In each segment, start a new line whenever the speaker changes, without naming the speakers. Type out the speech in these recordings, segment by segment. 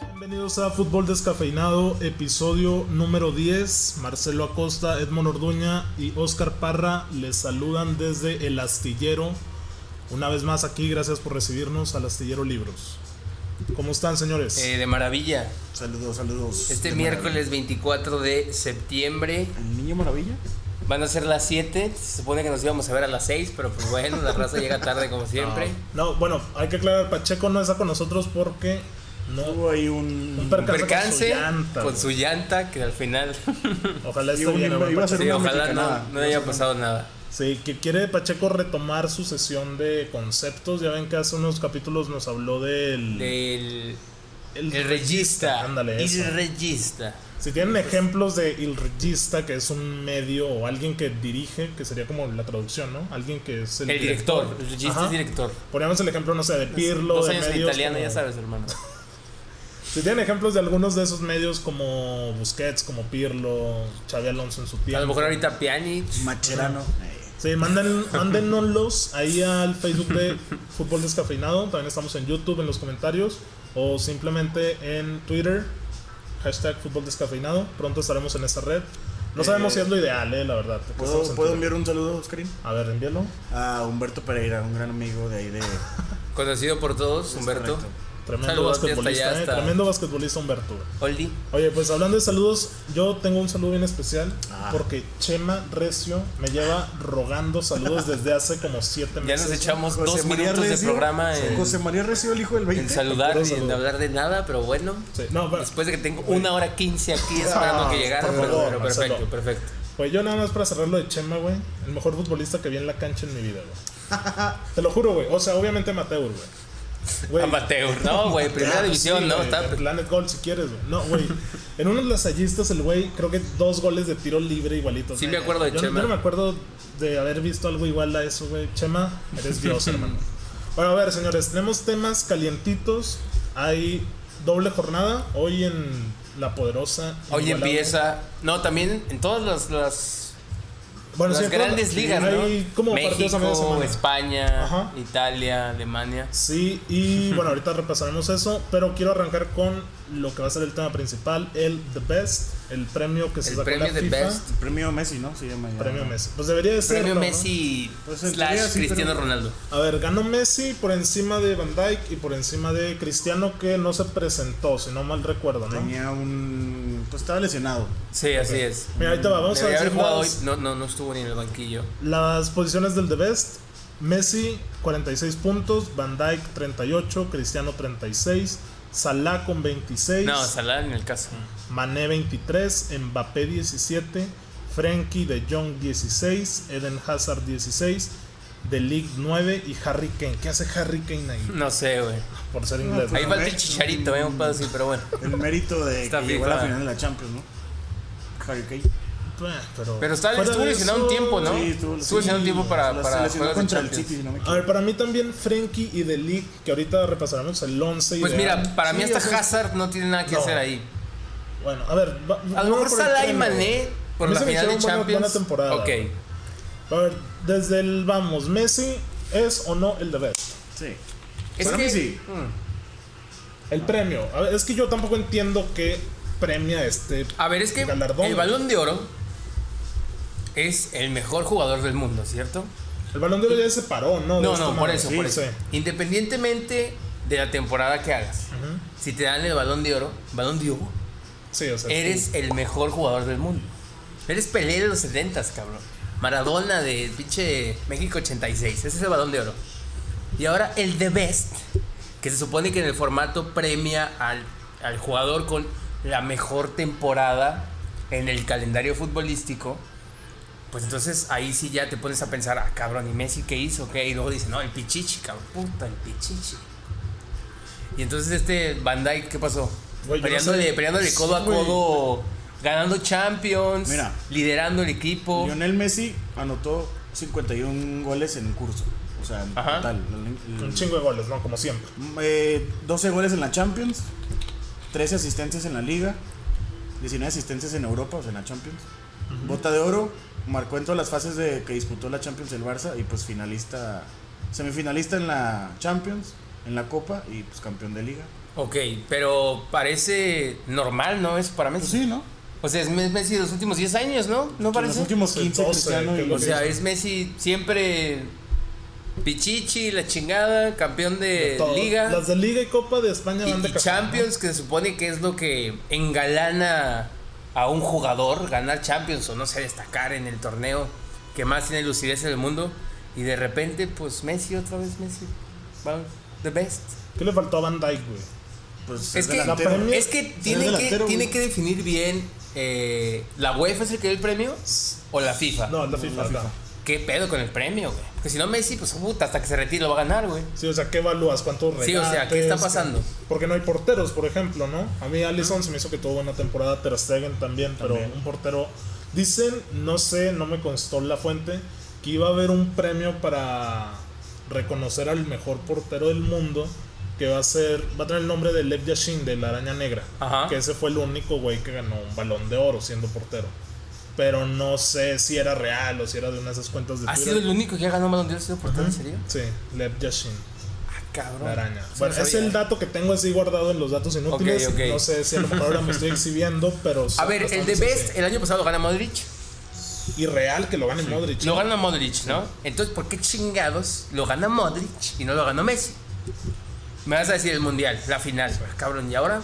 bienvenidos a Fútbol Descafeinado, episodio número 10. Marcelo Acosta, Edmond Orduña y Oscar Parra les saludan desde el astillero. Una vez más aquí, gracias por recibirnos al astillero Libros. ¿Cómo están, señores?
Eh, de maravilla.
Saludos, saludos.
Este miércoles 24 de septiembre
¿El niño maravilla?
van a ser las 7. Se supone que nos íbamos a ver a las 6, pero pues bueno, la raza llega tarde como siempre.
No, bueno, hay que aclarar, Pacheco no está con nosotros porque no...
Hubo ahí un.
Un perca-
Percance
Con su llanta,
con
güey.
su llanta, que al final.
Ojalá esté
Iba-
bien.
iba-
güey,
iba a ser
Pacheco.
Sí,
una
ojalá
mexicanada,
no, no
no
haya
sé.
pasado nada.
Sí, que quiere Pacheco retomar su sesión de conceptos. Ya ven que hace unos capítulos nos habló del...
Del.
Mm. el,
El regista.
Ándale, eso.
El regista.
Si tienen ejemplos de il regista, que es un medio o alguien que dirige, que sería como la traducción, ¿no? Alguien que es el,
El director. El regista
Ajá.
es director.
Poníamos el ejemplo, no sé, de Pirlo,
Dos
de
años en
medios
italiano,
como-
ya sabes, hermano.
Si tienen ejemplos de algunos de esos medios como Busquets, como Pirlo, Xavi Alonso en su tiempo.
A lo mejor ahorita Piani.
Macherano. Eh,
Sí, manden, mándennoslos ahí al Facebook de Fútbol Descafeinado. También estamos en YouTube, en los comentarios. O simplemente en Twitter. Hashtag Fútbol Descafeinado. Pronto estaremos en esta red. No sabemos
Eh,
si es lo ideal, eh, la verdad. porque estamos
¿Puedo,
en
¿Puedo
Twitter.
enviar un saludo, Oscarín?
A ver, envíalo.
A Humberto Pereira, un gran amigo de ahí de. este
Conocido por todos, Humberto.
correcto.
Tremendo
Saludos, ya está,
basquetbolista,
ya
eh,
está.
Tremendo basquetbolista Humberto.
Oli.
Oye, pues hablando de saludos, yo tengo un saludo bien especial
Ah.
porque Chema Recio me lleva rogando saludos desde hace como siete
Ya
meses.
nos echamos dos minutos de
Recio,
programa en,
José María Recio, el hijo del
en
20.
saludar
Puro
y en
saludo.
hablar de nada, pero bueno.
Sí, no, pero-
Después de que tengo una hora quince aquí esperando que llegara,
por
pero,
favor,
pero
Marcelo.
perfecto, perfecto.
Pues yo nada más para cerrar lo de Chema, güey. El mejor futbolista que vi en la cancha en mi vida, güey. Te lo juro, güey. O sea, obviamente amateur, güey. Güey,
Amateur, no, güey, primera
Ah,
división,
sí,
no,
güey,
está.
de Planet Gold, si quieres, güey. No, güey. En unos lasallistas, el güey, creo que dos goles de tiro libre igualitos.
Sí
güey.
me acuerdo de
Yo no-
Chema.
Yo no me acuerdo de haber visto algo igual a eso, güey. Chema, eres Dios, hermano. Bueno, a ver, señores, tenemos temas calientitos. Hay doble jornada. Hoy en La Poderosa.
Hoy
Igualada.
empieza. No, también en todas las, las,
Bueno,
las
sí,
grandes
claro,
ligas,
hay
¿no?
como partidos a media
México,
semana.
España,
Ajá.
Italia, Alemania.
Sí, y bueno, ahorita repasaremos eso, pero quiero arrancar con lo que va a ser el tema principal, el The Best, el premio que se
El
sacó
premio
la
The
FIFA,
Best.
El premio Messi, ¿no? Se llama ya.
premio Messi. Pues debería de serlo,
Premio
¿no?
Messi
Pues en teoría
slash
sí,
Cristiano
pero-
Ronaldo.
A ver, ganó Messi por encima de Van Dijk y por encima de Cristiano que no se presentó, si no mal recuerdo, ¿no?
Tenía un. Pues estaba lesionado.
Sí, así es.
Mira, ahorita va, vamos a
Debería haber
decir
jugado hoy.
las,
No, no, no estuvo ni en el banquillo.
las posiciones del The Best. Messi 46 puntos, Van Dijk 38, Cristiano 36, Salah con 26.
No, Salah en el caso.
Mané 23, Mbappé 17, Frenkie de Jong 16, Eden Hazard 16, De Ligt 9 y Harry Kane. ¿Qué hace Harry Kane ahí?
No sé, güey.
Por ser inglés.
Ahí
¿no?
falta el chicharito, ¿eh? Un pedo así, pero bueno.
El mérito de
Esta
que llegó a la
FIFA.
final de la Champions, ¿no? Harry Kane.
Eh, Pero,
Pero está,
fuera
estuvo
de
lesionado
eso-
un tiempo, ¿no?
Sí,
estuvo
estuvo-
lesionado un
sí,
tiempo para,
se las-
para
se lesionó
juegos de
contra el
Champions.
City, si no me
A
equivoco.
ver, para mí también Frenkie y De Ligt, que ahorita repasaremos el 11
Pues
ideal.
mira, para mí
Sí,
hasta
o sea,
Hazard no tiene nada que
no.
hacer ahí.
Bueno, a ver. va-
A
voy
lo mejor
por el
Salah y
tren, güey.
Mané por
A mí
la
se me
final de
hicieron buena-
Champions.
buena temporada.
Ok.
A ver, desde el vamos, Messi es o no el The Best.
Sí.
Es
Para
que,
mí sí.
mm.
El premio. A ver, es que yo tampoco entiendo qué premia este.
A ver, es que
Galardón.
el Balón de Oro es el mejor jugador del mundo, ¿cierto?
El balón de oro ya se paró, ¿no? De
No,
esta
no, por
madre.
eso,
Sí,
por eso.
sí.
Independientemente de la temporada que hagas, si te dan el Balón de Oro, Balón de Oro,
Sí, o sea.
Eres el mejor jugador del mundo. Eres Pelé de los 70, cabrón. Maradona de pinche México 86. Ese es el balón de oro. Y ahora el The Best, que se supone que en el formato premia al, al jugador con la mejor temporada en el calendario futbolístico. Pues entonces ahí sí ya te pones a pensar, ah, cabrón, ¿y Messi qué hizo? ¿Qué? Y luego dice, no, el Pichichi, cabrón, puta, el Pichichi. Y entonces este Van Dyke, ¿qué pasó?
Güey, yo no
peleándole,
sé.
peleándole codo a
Güey.
codo, ganando Champions,
Mira.
liderando el equipo.
Lionel Messi anotó 51 goles en el curso. O sea, en
Ajá.
total. El- el-
Un chingo de goles, ¿no? Como siempre.
Eh, 12 goles en la Champions, 13 asistencias en la Liga, 19 asistencias en Europa, o sea, en la Champions. Bota de oro, marcó en todas las fases de que disputó la Champions el Barça y pues finalista, semifinalista en la Champions, en la Copa y pues campeón de Liga.
Ok. Ok, pero parece normal, ¿no? Es para Messi.
Pues sí, ¿no?
O sea, es Me- Messi de los últimos 10 años, ¿no? ¿No
Los
parece?
últimos 15
12,
Cristiano
Pues que
y pues,
lo
O sea, es Messi siempre pichichi, la chingada, campeón de,
Todo.
liga.
Las de Liga y Copa de España
Y,
van de
y
cajón, ¿no?
Champions, que se supone que es lo que engalana a un jugador, ganar Champions o no sé, destacar en el torneo que más tiene lucidez en el mundo. Y de repente, pues Messi, otra vez Messi. Bueno, the best.
¿Qué le faltó a Van Dyke, güey?
pues
Es
es
que-
delantero.
La Premier-
Es que
es
tiene, que,
delantero,
tiene
güey.
que definir bien. eh, ¿La UEFA es el que dio el premio? ¿O la FIFA?
No, la FIFA. ajá.
¿Qué pedo con el premio, güey? Porque si no, Messi, pues puta, hasta que se retire lo va a ganar, güey.
Sí, o sea, ¿qué evalúas? ¿Cuántos regates?
Sí, o sea, ¿qué está pasando?
Porque no hay porteros, por ejemplo, ¿no? A mí Allison se me hizo que tuvo buena temporada, Ter Stegen también,
También.
pero un portero... Dicen, no sé, no me constó la fuente, que iba a haber un premio para reconocer al mejor portero del mundo, que va a ser... Va a tener el nombre de Lev Yashin, de la Araña Negra.
Ajá.
Que ese fue el único güey que ganó un balón de oro siendo portero. Pero no sé si era real o si era de una de esas cuentas de
¿Ha
Twitter.
sido el único que ha ganado un balón de oro sido portero, en serio?
Sí, Lev Yashin.
Ah, cabrón.
La araña.
Eso
Bueno,
no
es
sabía.
el dato que tengo así guardado en los datos inútiles.
Ok, ok.
No sé si a lo mejor ahora me estoy exhibiendo, pero.
A ver, el de Best, el año pasado lo gana Modric.
Irreal que lo gane Modric.
Lo gana Modric, ¿no? Entonces, ¿por qué chingados lo gana Modric y no lo ganó Messi? Me vas a decir el Mundial, la final. Cabrón, ¿y ahora?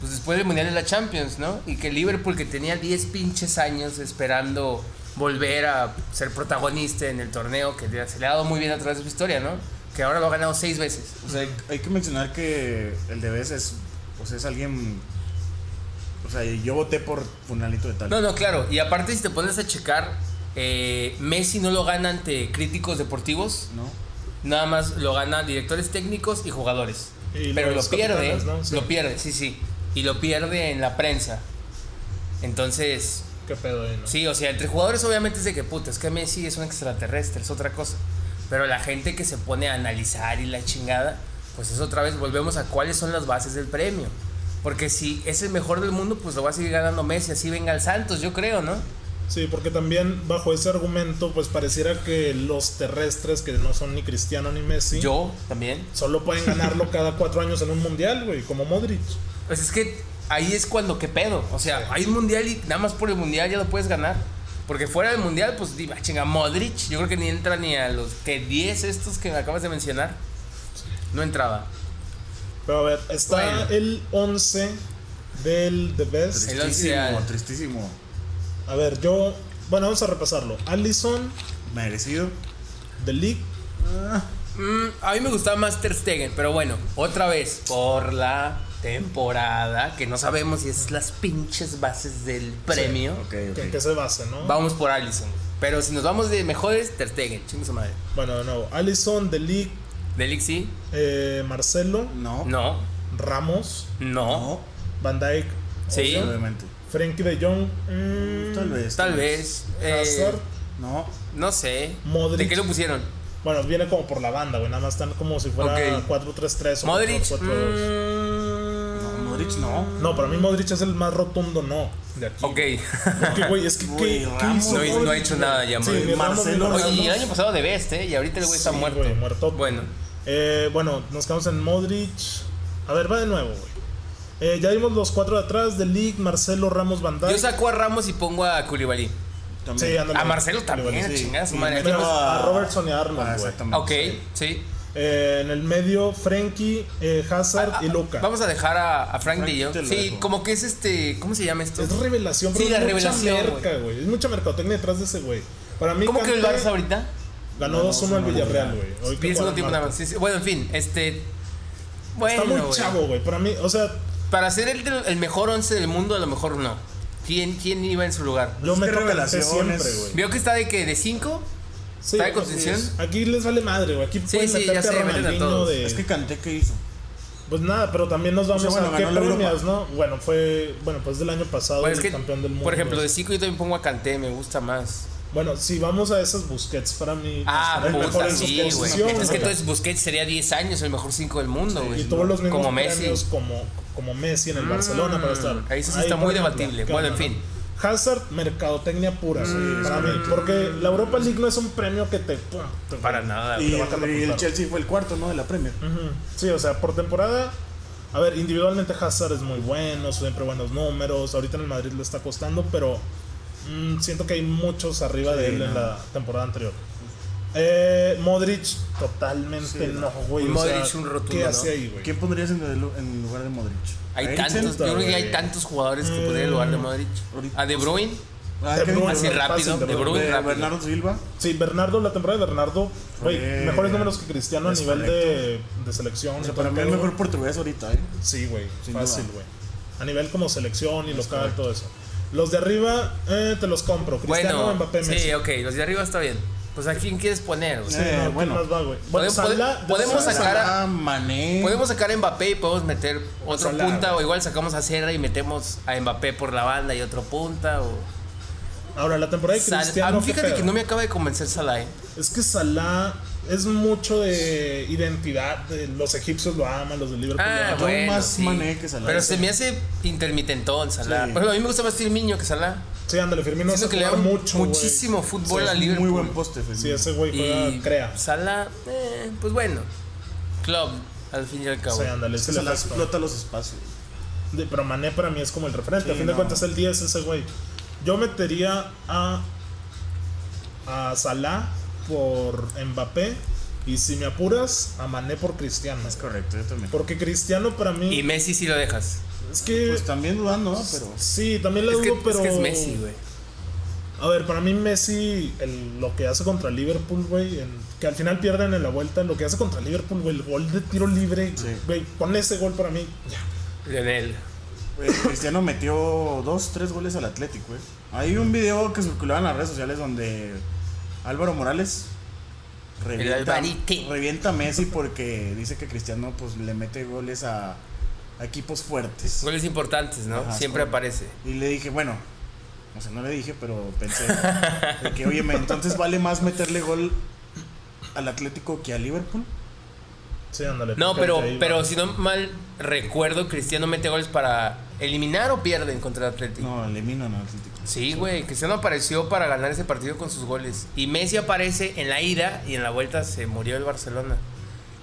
Pues después del Mundial es la Champions, ¿no? Y que Liverpool, que tenía 10 pinches años esperando volver a ser protagonista en el torneo, que le- se le ha dado muy bien a través de su historia, ¿no? Que ahora lo ha ganado 6 veces.
O sea, hay- hay que mencionar que el de vez es, o sea, es alguien. O sea, yo voté por Funalito de Tal.
No, no, claro. Y aparte, si te pones a checar, eh, Messi no lo gana ante críticos deportivos,
¿no?
Nada más lo gana directores técnicos y jugadores.
Y
Pero lo
los
pierde,
capitanes, ¿no? Sí.
lo pierde, sí, sí. Y lo pierde en la prensa. Entonces,
Qué pedo, eh, ¿no?
sí, o sea, entre jugadores obviamente es de que puta, es que Messi es un extraterrestre, es otra cosa. Pero la gente que se pone a analizar y la chingada, pues es otra vez, volvemos a cuáles son las bases del premio. Porque si es el mejor del mundo, pues lo va a seguir ganando Messi, así venga el Santos, yo creo, ¿no?
Sí, porque también bajo ese argumento, pues pareciera que los terrestres, que no son ni Cristiano ni Messi,
Yo también.
solo pueden ganarlo cada cuatro años en un mundial, güey, como Modric.
Pues es que ahí es cuando qué pedo. O sea, hay un mundial y nada más por el mundial ya lo puedes ganar. Porque fuera del mundial, pues diga, chinga, Modric. Yo creo que ni entra ni a los que 10 estos que me acabas de mencionar. No entraba.
Pero a ver, está
Bueno.
el 11 del The Best.
El once al-
Tristísimo, tristísimo.
A ver, yo. Bueno, vamos a repasarlo. Allison,
Merecido.
The League.
Mm, a mí me gustaba más Ter Stegen, pero bueno, otra vez, por la temporada, que no sabemos si es las pinches bases del premio.
Ok,
que ¿En
ok.
qué se basa, no?
Vamos por Allison. Pero si nos vamos de mejores, Ter Stegen, chingue su madre.
Bueno, de nuevo. Allison, The League,
Delix sí,
eh, Marcelo,
No.
no,
Ramos,
no,
No.
Van Dyke,
sí,
Obviamente.
Frankie de Jong, mm,
Tal vez.
tal vez. eh,
Hazard.
No.
No sé.
Modric.
¿De qué lo pusieron?
Bueno, viene como por la banda, güey. Nada más están como si fuera
Ok.
4-3-3 o
Modric.
4-4-2.
mm,
No, Modric no.
No, para mí Modric es el más rotundo, no. De aquí.
Mm. Ok.
Porque, güey, es que ¿qué-
Güey,
¿qué,
Ramos,
hizo
No, hizo- no ha
Modric,
hecho
güey?
nada ya,
Sí,
Modric.
ni Ramos,
Marcelo
ni
Ramos.
Oye, y el año pasado de Best, ¿eh? Y ahorita el güey está
Sí,
muerto.
güey, muerto.
Bueno,
Eh, bueno, nos quedamos en Modric. A ver, va de nuevo, güey. Eh, ya vimos los cuatro de atrás: The League, Marcelo, Ramos, Van Dyke.
yo saco a Ramos y pongo a Koulibalí.
Sí, ándale.
A Marcelo también,
sí.
chingada su
Y
madre.
Pero
Meto
a Robertson y a Arnold,
Ah,
güey.
exactamente.
Ok, sí.
Eh, en el medio, Frenkie, eh, Hazard y Luca.
Vamos a dejar a, a Frank
Frankie
de Jong.
te lo
Sí,
dejo.
como que es este. ¿Cómo se llama esto?
Es revelación,
Sí,
pero
la
es mucha
revelación,
merca, güey. Es mucha mercadotecnia detrás de ese güey. Para mí,
¿Cómo que el
Kanté
Barça ahorita?
ganó 2-1 al Villarreal, güey. Hoy que
Pienso
juega
no tiempo
Marca.
nada más. Sí, sí. Bueno, en fin, este. Bueno,
Está muy
güey.
chavo, güey. Para mí, o sea,
Para ser el, del- el mejor once del mundo, a lo mejor no. ¿Quién, quién iba en su lugar?
yo
Es
me
que
toca siempre,
revelaciones.
güey.
Veo que está de que de 5.
Sí,
¿Está de
pues,
contención?
es- Aquí les vale madre, güey. Aquí pueden
sí, ya
meterte
sé,
a
meten a
Ronaldinho
todos.
de...
Es que canté que hizo.
Pues nada, pero también nos vamos
O sea, bueno,
a qué
ganó la
premias, ¿no? Bueno, fue... Bueno, pues del año pasado
Bueno,
el
es que,
campeón del mundo.
por ejemplo, de 5 yo también pongo a Kanté, me gusta más.
Bueno, si vamos a esas Busquets, para mí...
Ah,
el mejor
puta,
en su
sí, güey.
posición,
Es que
güey.
entonces Busquets sería 10 años el mejor 5 del mundo, güey.
Y tuvo los mismos
Pues Como Messi. Mm,
premios como, como Messi en el Barcelona para estar.
ahí sí está muy
por ejemplo,
debatible.
¿qué
Bueno,
onda,
en fin.
no? Hazard, mercadotecnia pura, sí, para mí. Porque la Europa League no es un premio que te. pum, te-
Para nada,
Y,
güey.
Ah, bajan la
y el
puntada.
Chelsea fue el cuarto, ¿no? De la Premier.
Ujú. Sí, o sea, por temporada, A ver, individualmente Hazard es muy bueno, siempre buenos números. Ahorita en el Madrid le está costando, pero mm, siento que hay muchos arriba de
Sí,
él en
no.
la temporada anterior. Eh, Modric, totalmente
Sí, no.
no, güey.
Un
o sea,
Modric, un rotundo,
¿Qué
¿no?
hace ahí, güey?
¿Quién pondrías en, el- en lugar de Modric?
Hay
¿A Eriksen?
tantos, yo creo que hay
Mm.
tantos jugadores que podrían en lugar de Modric.
Ahorita-
A De Bruyne,
Ah,
De
Kevin
Bruyne,
así
Fácil,
rápido.
De
De
Bruyne.
Bruyne
De
rápido.
Bernardo Silva.
Sí, Bernardo, la temporada de Bernardo, güey,
Fue-
mejores números que Cristiano a
es
nivel de, de selección.
O
y
sea,
todo
para
el
mí el
pedo,
mejor portugués ahorita, ¿eh?
Sí, güey,
Sin
fácil,
duda.
güey. A nivel como selección y local, todo eso. Los de arriba, eh, te los compro. Cristiano,
Bueno,
Mbappé, Messi.
sí, ok, los de arriba está bien. Pues a quién quieres poner, güey?
Sí,
Eh,
no, ¿quién
bueno.
más va, güey? Bueno,
Podemos-
Salah, de
podemos
Salah.
sacar a-
Salah, Mané.
Podemos sacar a Mbappé y podemos meter otro
Salah,
punta,
güey.
o igual sacamos a Serra y metemos a Mbappé por la banda y otro punta. O...
Ahora, la temporada de
Sal-
Cristiano.
Ah,
¿qué
fíjate
pedo?
que no me acaba de convencer Salah. eh.
Es que Salah es mucho de identidad. de- los egipcios lo aman, los de Liverpool lo
Ah,
aman.
bueno.
más
sí.
Mané que Salah.
Pero se me hace intermitentón Salah.
Sí.
Por ejemplo, a mí me gusta más Firmino que Salah.
Sí, ándale, Firmino hace
Siento que le da
jugar mucho. güey.
muchísimo fútbol
Sí,
a
Es
Liverpool.
Muy buen poste, Felipe.
Sí, ese güey juega,
Y
crea.
Salah, eh, pues bueno. Club, al fin y al cabo.
Sí, ándale, es el
Salah
efecto.
explota los espacios.
De- pero Mané para mí es como el referente. a
Sí,
fin de
no.
cuentas, el 10 ese güey. Yo metería a, a Salah por Mbappé. Y si me apuras, a Mané por Cristiano.
Es correcto, yo también.
Porque Cristiano para mí.
y Messi sí lo dejas.
es que.
Pues también dudando, ¿no? Pero.
sí, también le
Es
dudo,
que,
pero.
es que es Messi, güey.
A ver, para mí Messi, el- lo que hace contra Liverpool, güey, en- que al final pierden en la vuelta, lo que hace contra Liverpool, güey, el gol de tiro libre,
Sí.
güey, pon ese gol para mí. ya.
Lionel.
Eh, Cristiano metió dos, tres goles al Atlético, güey. Hay un video que circulaba en las redes sociales donde Álvaro Morales revienta,
Alvarito.
revienta a Messi porque dice que Cristiano pues le mete goles a, a equipos fuertes.
Goles importantes, ¿no?
Ajá,
Siempre
sí.
aparece.
Y le dije, bueno, o sea, no le dije, pero pensé de que, oye, me- entonces vale más meterle gol al Atlético que a Liverpool.
Sí, ándale.
No,
fíjate
pero,
ahí,
pero
güey.
si no mal recuerdo, Cristiano mete goles para eliminar o pierden contra el Atlético.
No, eliminan al Atlético.
Sí, güey, Cristiano apareció para ganar ese partido con sus goles. Y Messi aparece en la ida y en la vuelta se murió el Barcelona.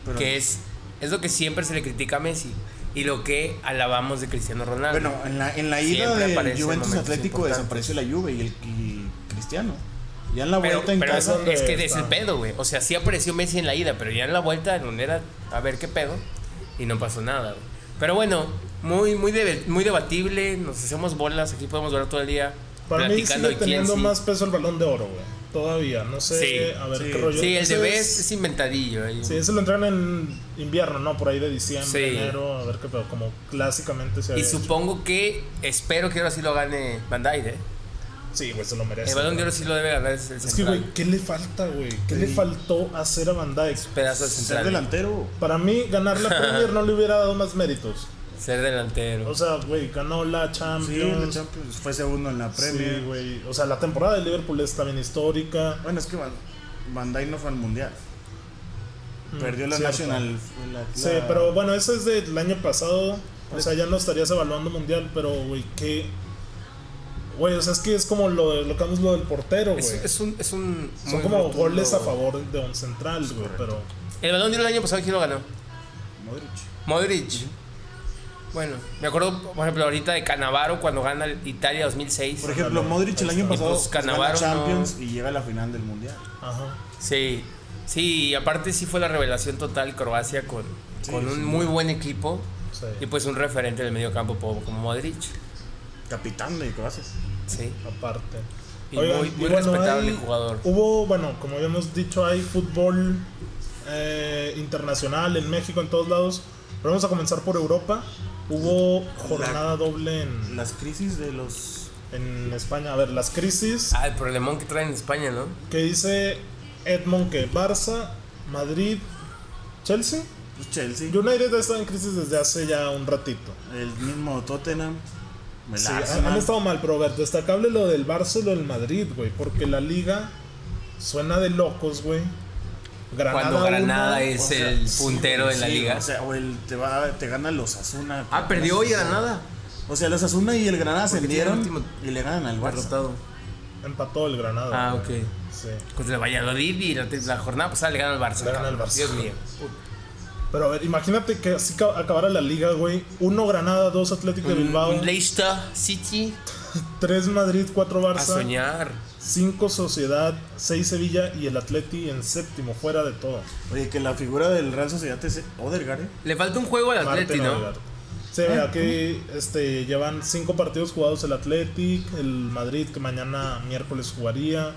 Pero-
que es, es lo que siempre se le critica a Messi y lo que alabamos de Cristiano Ronaldo.
Bueno, en la, en la ida
Siempre
del
aparece en
Juventus
momentos
Atlético
importantes.
desapareció la Juve y el y Cristiano. Ya en la
pero,
vuelta en
pero
casa.
eso es que
donde
es el
está.
pedo, güey. O sea, sí apareció Messi en la ida, pero ya en la vuelta donde era a ver qué pedo y no pasó nada, güey. Pero bueno, muy muy debe- muy debatible, nos hacemos bolas, aquí podemos durar todo el día
Para mí
platicando
sigue
de quién
teniendo
sí.
más peso el balón de oro, güey. Todavía, no sé,
Sí,
a ver
sí.
qué rollo.
Sí, el de
Ese
Best
es-
es inventadillo. eh. ahí.
Sí, ese lo entran en invierno, ¿no? Por ahí de diciembre,
Sí.
enero, a ver qué pedo, como clásicamente se
Y
había hecho.
supongo que, espero que ahora sí lo gane Van Dijk, ¿eh?
Sí, güey, se lo merece.
El balón de
güey.
oro sí lo debe ganar es el
Es que, güey,
central.
¿qué le falta, güey? ¿Qué
Sí.
le faltó hacer a Van Dijk?
Pedazo de
Ser
central.
delantero.
Para mí, ganar la Premier no le hubiera dado más méritos.
Ser delantero.
O sea, güey, ganó la
Sí, en la
Champions.
Champions. Fue segundo en la
Sí,
Premier.
güey. o sea, la temporada de Liverpool es también histórica.
bueno, es que Van, Van Dijk no fue al mundial. Perdió la
Mm, cierto.
Nacional. fue la-
Sí,
la-
pero bueno, eso es del año pasado. O sea, ya no estarías evaluando mundial, pero, güey, qué. Güey, o sea, es que es como lo, de- lo que hablamos lo del portero, güey.
es, es un. Es un
Son
muy
como
rotundo-
goles a favor de un central, güey, pero.
El balón de oro el año pasado, ¿quién lo ganó?
Modric.
Modric. Bueno, me acuerdo, por ejemplo, ahorita de Canavaro cuando gana el Italia 2006.
Por ejemplo, Modric el año pasado
pues,
gana
Cannavaro
Champions y llega a la final del mundial.
Ajá.
Sí, sí, y aparte sí fue la revelación total Croacia con,
Sí,
con un
sí.
muy buen equipo
Sí.
y pues un referente del medio campo po- como Modric.
Capitán de Croacia.
Sí.
aparte.
Y muy- muy respetable jugador.
Hubo, bueno, como habíamos dicho, hay fútbol eh, internacional en México, en todos lados. Pero vamos a comenzar por Europa. Hubo jornada doble en,
Las crisis de los.
en España. A ver, las crisis.
Ah, el problemón que traen en España, ¿no?
Que dice Edmond que Barça, Madrid, Chelsea.
los Chelsea.
United ha estado en crisis desde hace ya un ratito.
El mismo Tottenham. el
Sí, han, han
Arsenal.
estado mal, pero a ver, destacable lo del Barça y lo del Madrid, güey, porque la liga suena de locos, güey.
Cuando
uno,
Granada es
o sea,
el
sí,
puntero de la
Sí,
liga.
O sea, o el te, va, te gana los Asuna.
Ah, perdió hoy Granada.
O sea, los Asuna y el Granada
Porque tiene
ascendieron
último
y le ganan al Barça.
Derrotado.
Empató el Granada.
Ah, ok.
güey. Sí.
Contra el Valladolid y la, la jornada pasada le gana al Barça.
Le gana al
cabrón.
Barça.
Dios mío.
Pero a ver, imagínate que así ca- acabara la liga, güey. Uno Granada, dos Atlético de Bilbao,
Un Leicester City
tres Madrid, cuatro
a
Barça,
soñar.
cinco Sociedad, seis Sevilla y el Atleti en séptimo, fuera de todo.
Oye, que la figura del Real Sociedad es Odegaard, ¿eh?
Le falta un juego al
Martín
Atleti, ¿no? Ah.
Odegaard. Sí, mira que este, llevan cinco partidos jugados el Athletic, el Madrid que mañana miércoles jugaría.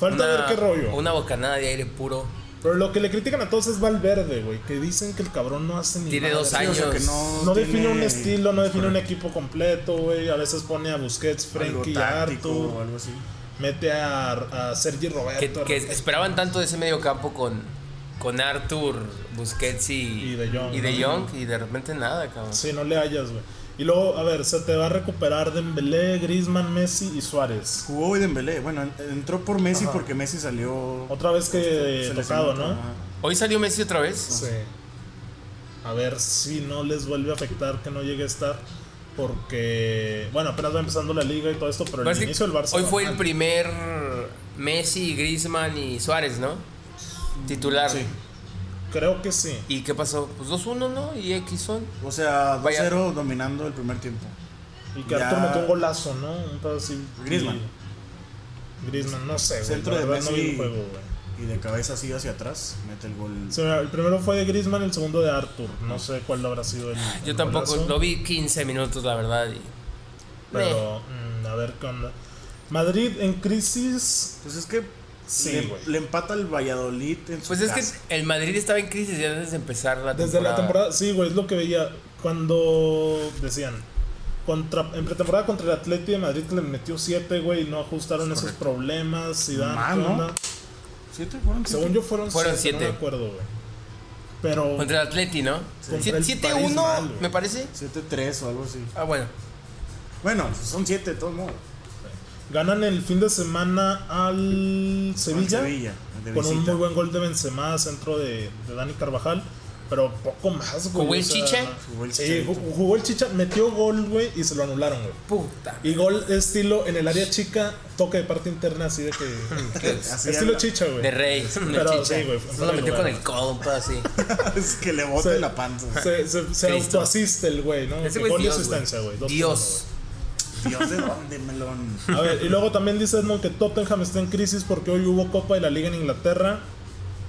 Falta ver qué rollo.
Una bocanada de aire puro.
Pero lo que le critican a todos es Valverde, güey, que dicen que el cabrón no hace ni
Tiene
madre.
dos
Sí, o sea,
años.
que no,
No
tiene
define un estilo, no define un equipo completo, güey. A veces pone a Busquets,
algo
Frenkie,
táctico o
Arthur.
algo así.
Mete a, a Sergi Roberto.
Que, que
Roberto.
esperaban tanto de ese medio campo con, con Arthur, Busquets y,
Y De Jong,
Y de,
¿no?
Jong, y de repente nada, cabrón.
Sí, no le hallas, güey. Y luego, a ver, se te va a recuperar Dembélé, Griezmann, Messi y Suárez.
Jugó hoy Dembélé. Bueno, en- entró por Messi porque Messi salió...
Otra vez que
se
tocado,
lesionó,
¿no?
ajá.
Hoy salió Messi otra vez.
Sí. A ver si no les vuelve a afectar que no llegue a estar. Porque, bueno, apenas va empezando la liga y todo esto, pero
Pero es
el
que
inicio del Barça.
hoy
va
fue
mal.
el primer Messi, Griezmann y Suárez, ¿no? Titular.
Sí.
Creo que sí.
¿Y qué pasó? Pues 2-1, ¿no? Y X son.
O sea,
Vaya.
2-0 dominando el primer tiempo.
Y que
Ya.
Arthur metió un golazo, ¿no? Un pedo así.
Griezmann.
Y- Griezmann, no sé, güey.
Centro
la
de
verdad no vi
Messi.
el juego, güey.
Y de cabeza así hacia atrás, mete el gol.
O sea, el primero fue de Griezmann, el segundo de Arthur. No sé cuál habrá sido el.
Yo
el
tampoco,
golazo,
lo vi 15 minutos, la verdad. y- Meh.
Pero, mm, a ver qué onda. Madrid en crisis.
Pues es que
Sí,
le,
güey.
le empata el Valladolid en su
Pues es
casa.
que el Madrid estaba en crisis ya antes de empezar la
Desde la temporada, sí, güey, es lo que veía cuando decían contra, en pretemporada contra el Atleti de Madrid que le metió 7, güey, y no ajustaron esos problemas y
Más, ¿no? ¿Siete fueron? siete?
Según yo fueron
Fueron
7, no me
siete.
acuerdo, güey. Pero
Contra el Atleti, ¿no?
Sí.
Sie-
Contra el París
7-1,
mal, güey.
me parece.
7-3 o algo así.
Ah, bueno.
Bueno, son 7 de todos modos.
ganan el fin de semana al Sevilla,
Con Sevilla, de
con un
visita.
muy buen gol de Benzema, centro de, de Dani Carvajal. Pero poco más, güey.
¿Jugó el Chicha?
Jugó el
Sí,
Chicharito.
ju- jugó el chicha, metió gol, güey, y se lo anularon, güey.
Puta.
Y gol estilo en el área chica, toque de parte interna así de que.
Así
estilo
anda.
chicha,
De
güey.
rey.
Pero sí, güey, fue
Solo la metió
muy
con
bueno.
el codo, un pedo así.
es que le bote la panza.
Se, se, se
Cristo.
autoasiste el güey, ¿no?
Ese
Que
güey es
gol y
Dios,
asistencia,
güey.
güey. Dos
Dios.
Dios de dónde, melón.
por uno, güey. A ver, y luego también dice Edmond que Tottenham está en crisis porque hoy hubo Copa de la Liga en Inglaterra.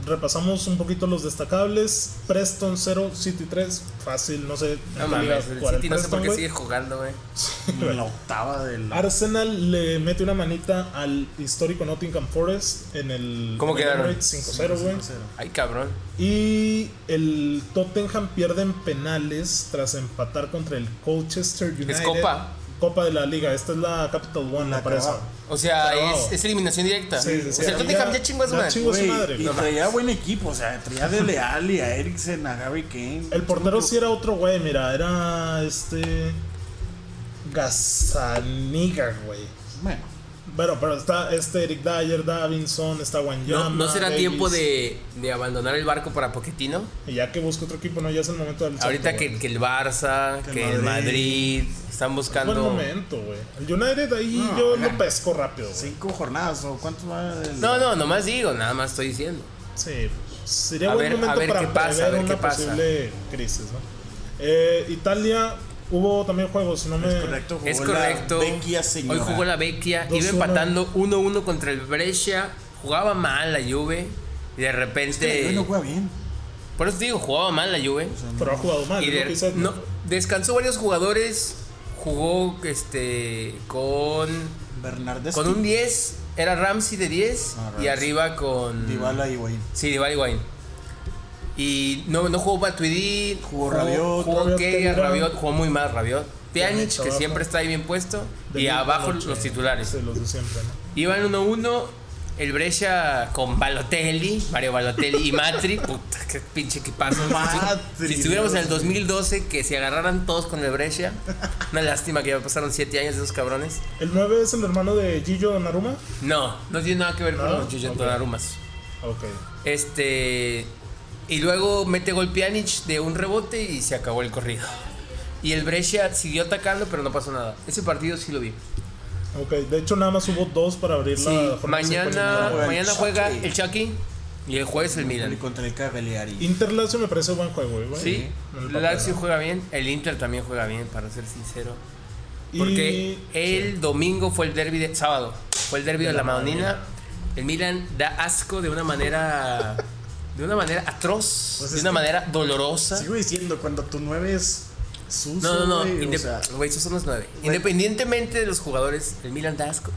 Repasamos un poquito los destacables. Preston 0, City 3. Fácil, no sé. en
No
qué liga
mames, el
jugará el
City no sé por
Preston,
qué
güey.
sigue jugando, güey.
En la octava del.
Arsenal le mete una manita al histórico Nottingham Forest en el.
¿Cómo
en el
quedaron?
Emirates 5-0, güey.
Ay, cabrón.
Y el Tottenham pierde en penales tras empatar contra el Colchester United.
Copa.
Copa de la Liga. Esta es la Capital One,
La
la parece.
Carabao.
O sea,
Pero
es,
vamos.
es eliminación directa.
Sí, sí, sí.
O sea, el
Ahorita
Tottenham ya chingó a su
ya
madre.
chingó a su
Güey,
madre,
y
güey.
traía buen equipo, o sea, traía de Leal y a Eriksen, a Harry Kane.
El portero sí era otro güey, mira, era este. Gazaniga, güey.
Bueno,
Bueno, pero está este Eric Dyer, Davinson, está
¿No,
Wanyama.
¿No será
Davis.
tiempo de, de abandonar el barco para Poquetino?
Y ya que busca otro equipo, no, ya es el momento del.
Ahorita
salto,
que,
güey.
que el Barça, que,
Que
el Madrid,
Madrid.
están buscando...
Buen momento, güey. El United ahí
No,
yo
ya.
lo pesco rápido, güey.
cinco jornadas o cuánto va del-
No, no, nomás digo, nada más estoy diciendo.
Sí, sería
A
buen
ver-
momento
a ver
para
qué pasa, a
prever
ver
una
qué pasa.
posible crisis, ¿no? Eh, Italia hubo también juegos, no me
Es correcto, jugó
es
la
correcto.
Vecchia señora.
Hoy jugó la Vecchia,
2-1.
iba empatando 1-1 contra el Brescia, jugaba mal la Juve y de repente
Hoy no juega bien.
Por eso te digo, jugaba mal la Juve.
pero ha jugado mal,
y
es lo
de-
que dice-
no, descansó varios jugadores, jugó este con
Bernardeschi.
con un 10, era Ramsey de 10
Ah, Ramsey.
y arriba con
Dybala y Higuaín.
Sí, Dybala y Wayne. Y no, no jugó Matuidi,
Jugó Rabiot,
jugó
Rabiot,
Keira,
Keira.
Rabiot, jugó muy mal Rabiot.
Pjanic
Pjanic, que
abajo.
siempre está ahí bien puesto,
de
y
mil
abajo
noche,
los titulares.
sí, los de siempre, ¿no?
Iban 1-1, el Brescia con Balotelli, Mario Balotelli y Matri. Puta, qué pinche equipazo.
Matri,
Si, si estuviéramos en el
Dios
2012, que se agarraran todos con el Brescia. Una lástima que ya pasaron 7 años de esos cabrones.
El 9 es el hermano de Gillo Donnarumma.
No, no tiene nada que ver con
No,
los Yuyen
ok.
Donarumas.
Ah, Ok.
Este. Y luego mete gol Pjanic de un rebote y se acabó el corrido. Y el Brescia siguió atacando, pero no pasó nada. Ese partido sí lo vi.
Ok, de hecho nada más hubo dos para abrir
Sí,
la jornada.
mañana,
juega el
mañana juega
Chucky.
el Chucky. Y el jueves el
Y
Milan.
contra el Cagliari.
Interlacio me parece buen juego, güey, güey.
Sí,
En el
el
papel,
Lazio
¿no?
juega bien, el Inter también juega bien, para ser sincero.
Y-
Porque el domingo fue el derby de sábado, fue el derby de, la Madonina. El Milan da asco de una manera de una manera atroz,
Pues
de
es
una
que-
manera dolorosa.
Sigo diciendo, cuando tu 9 es sucio,
no, no, no,
güey,
inde-
o sea,
güey, esos son los nueve. Independientemente de los jugadores, el Milan da asco.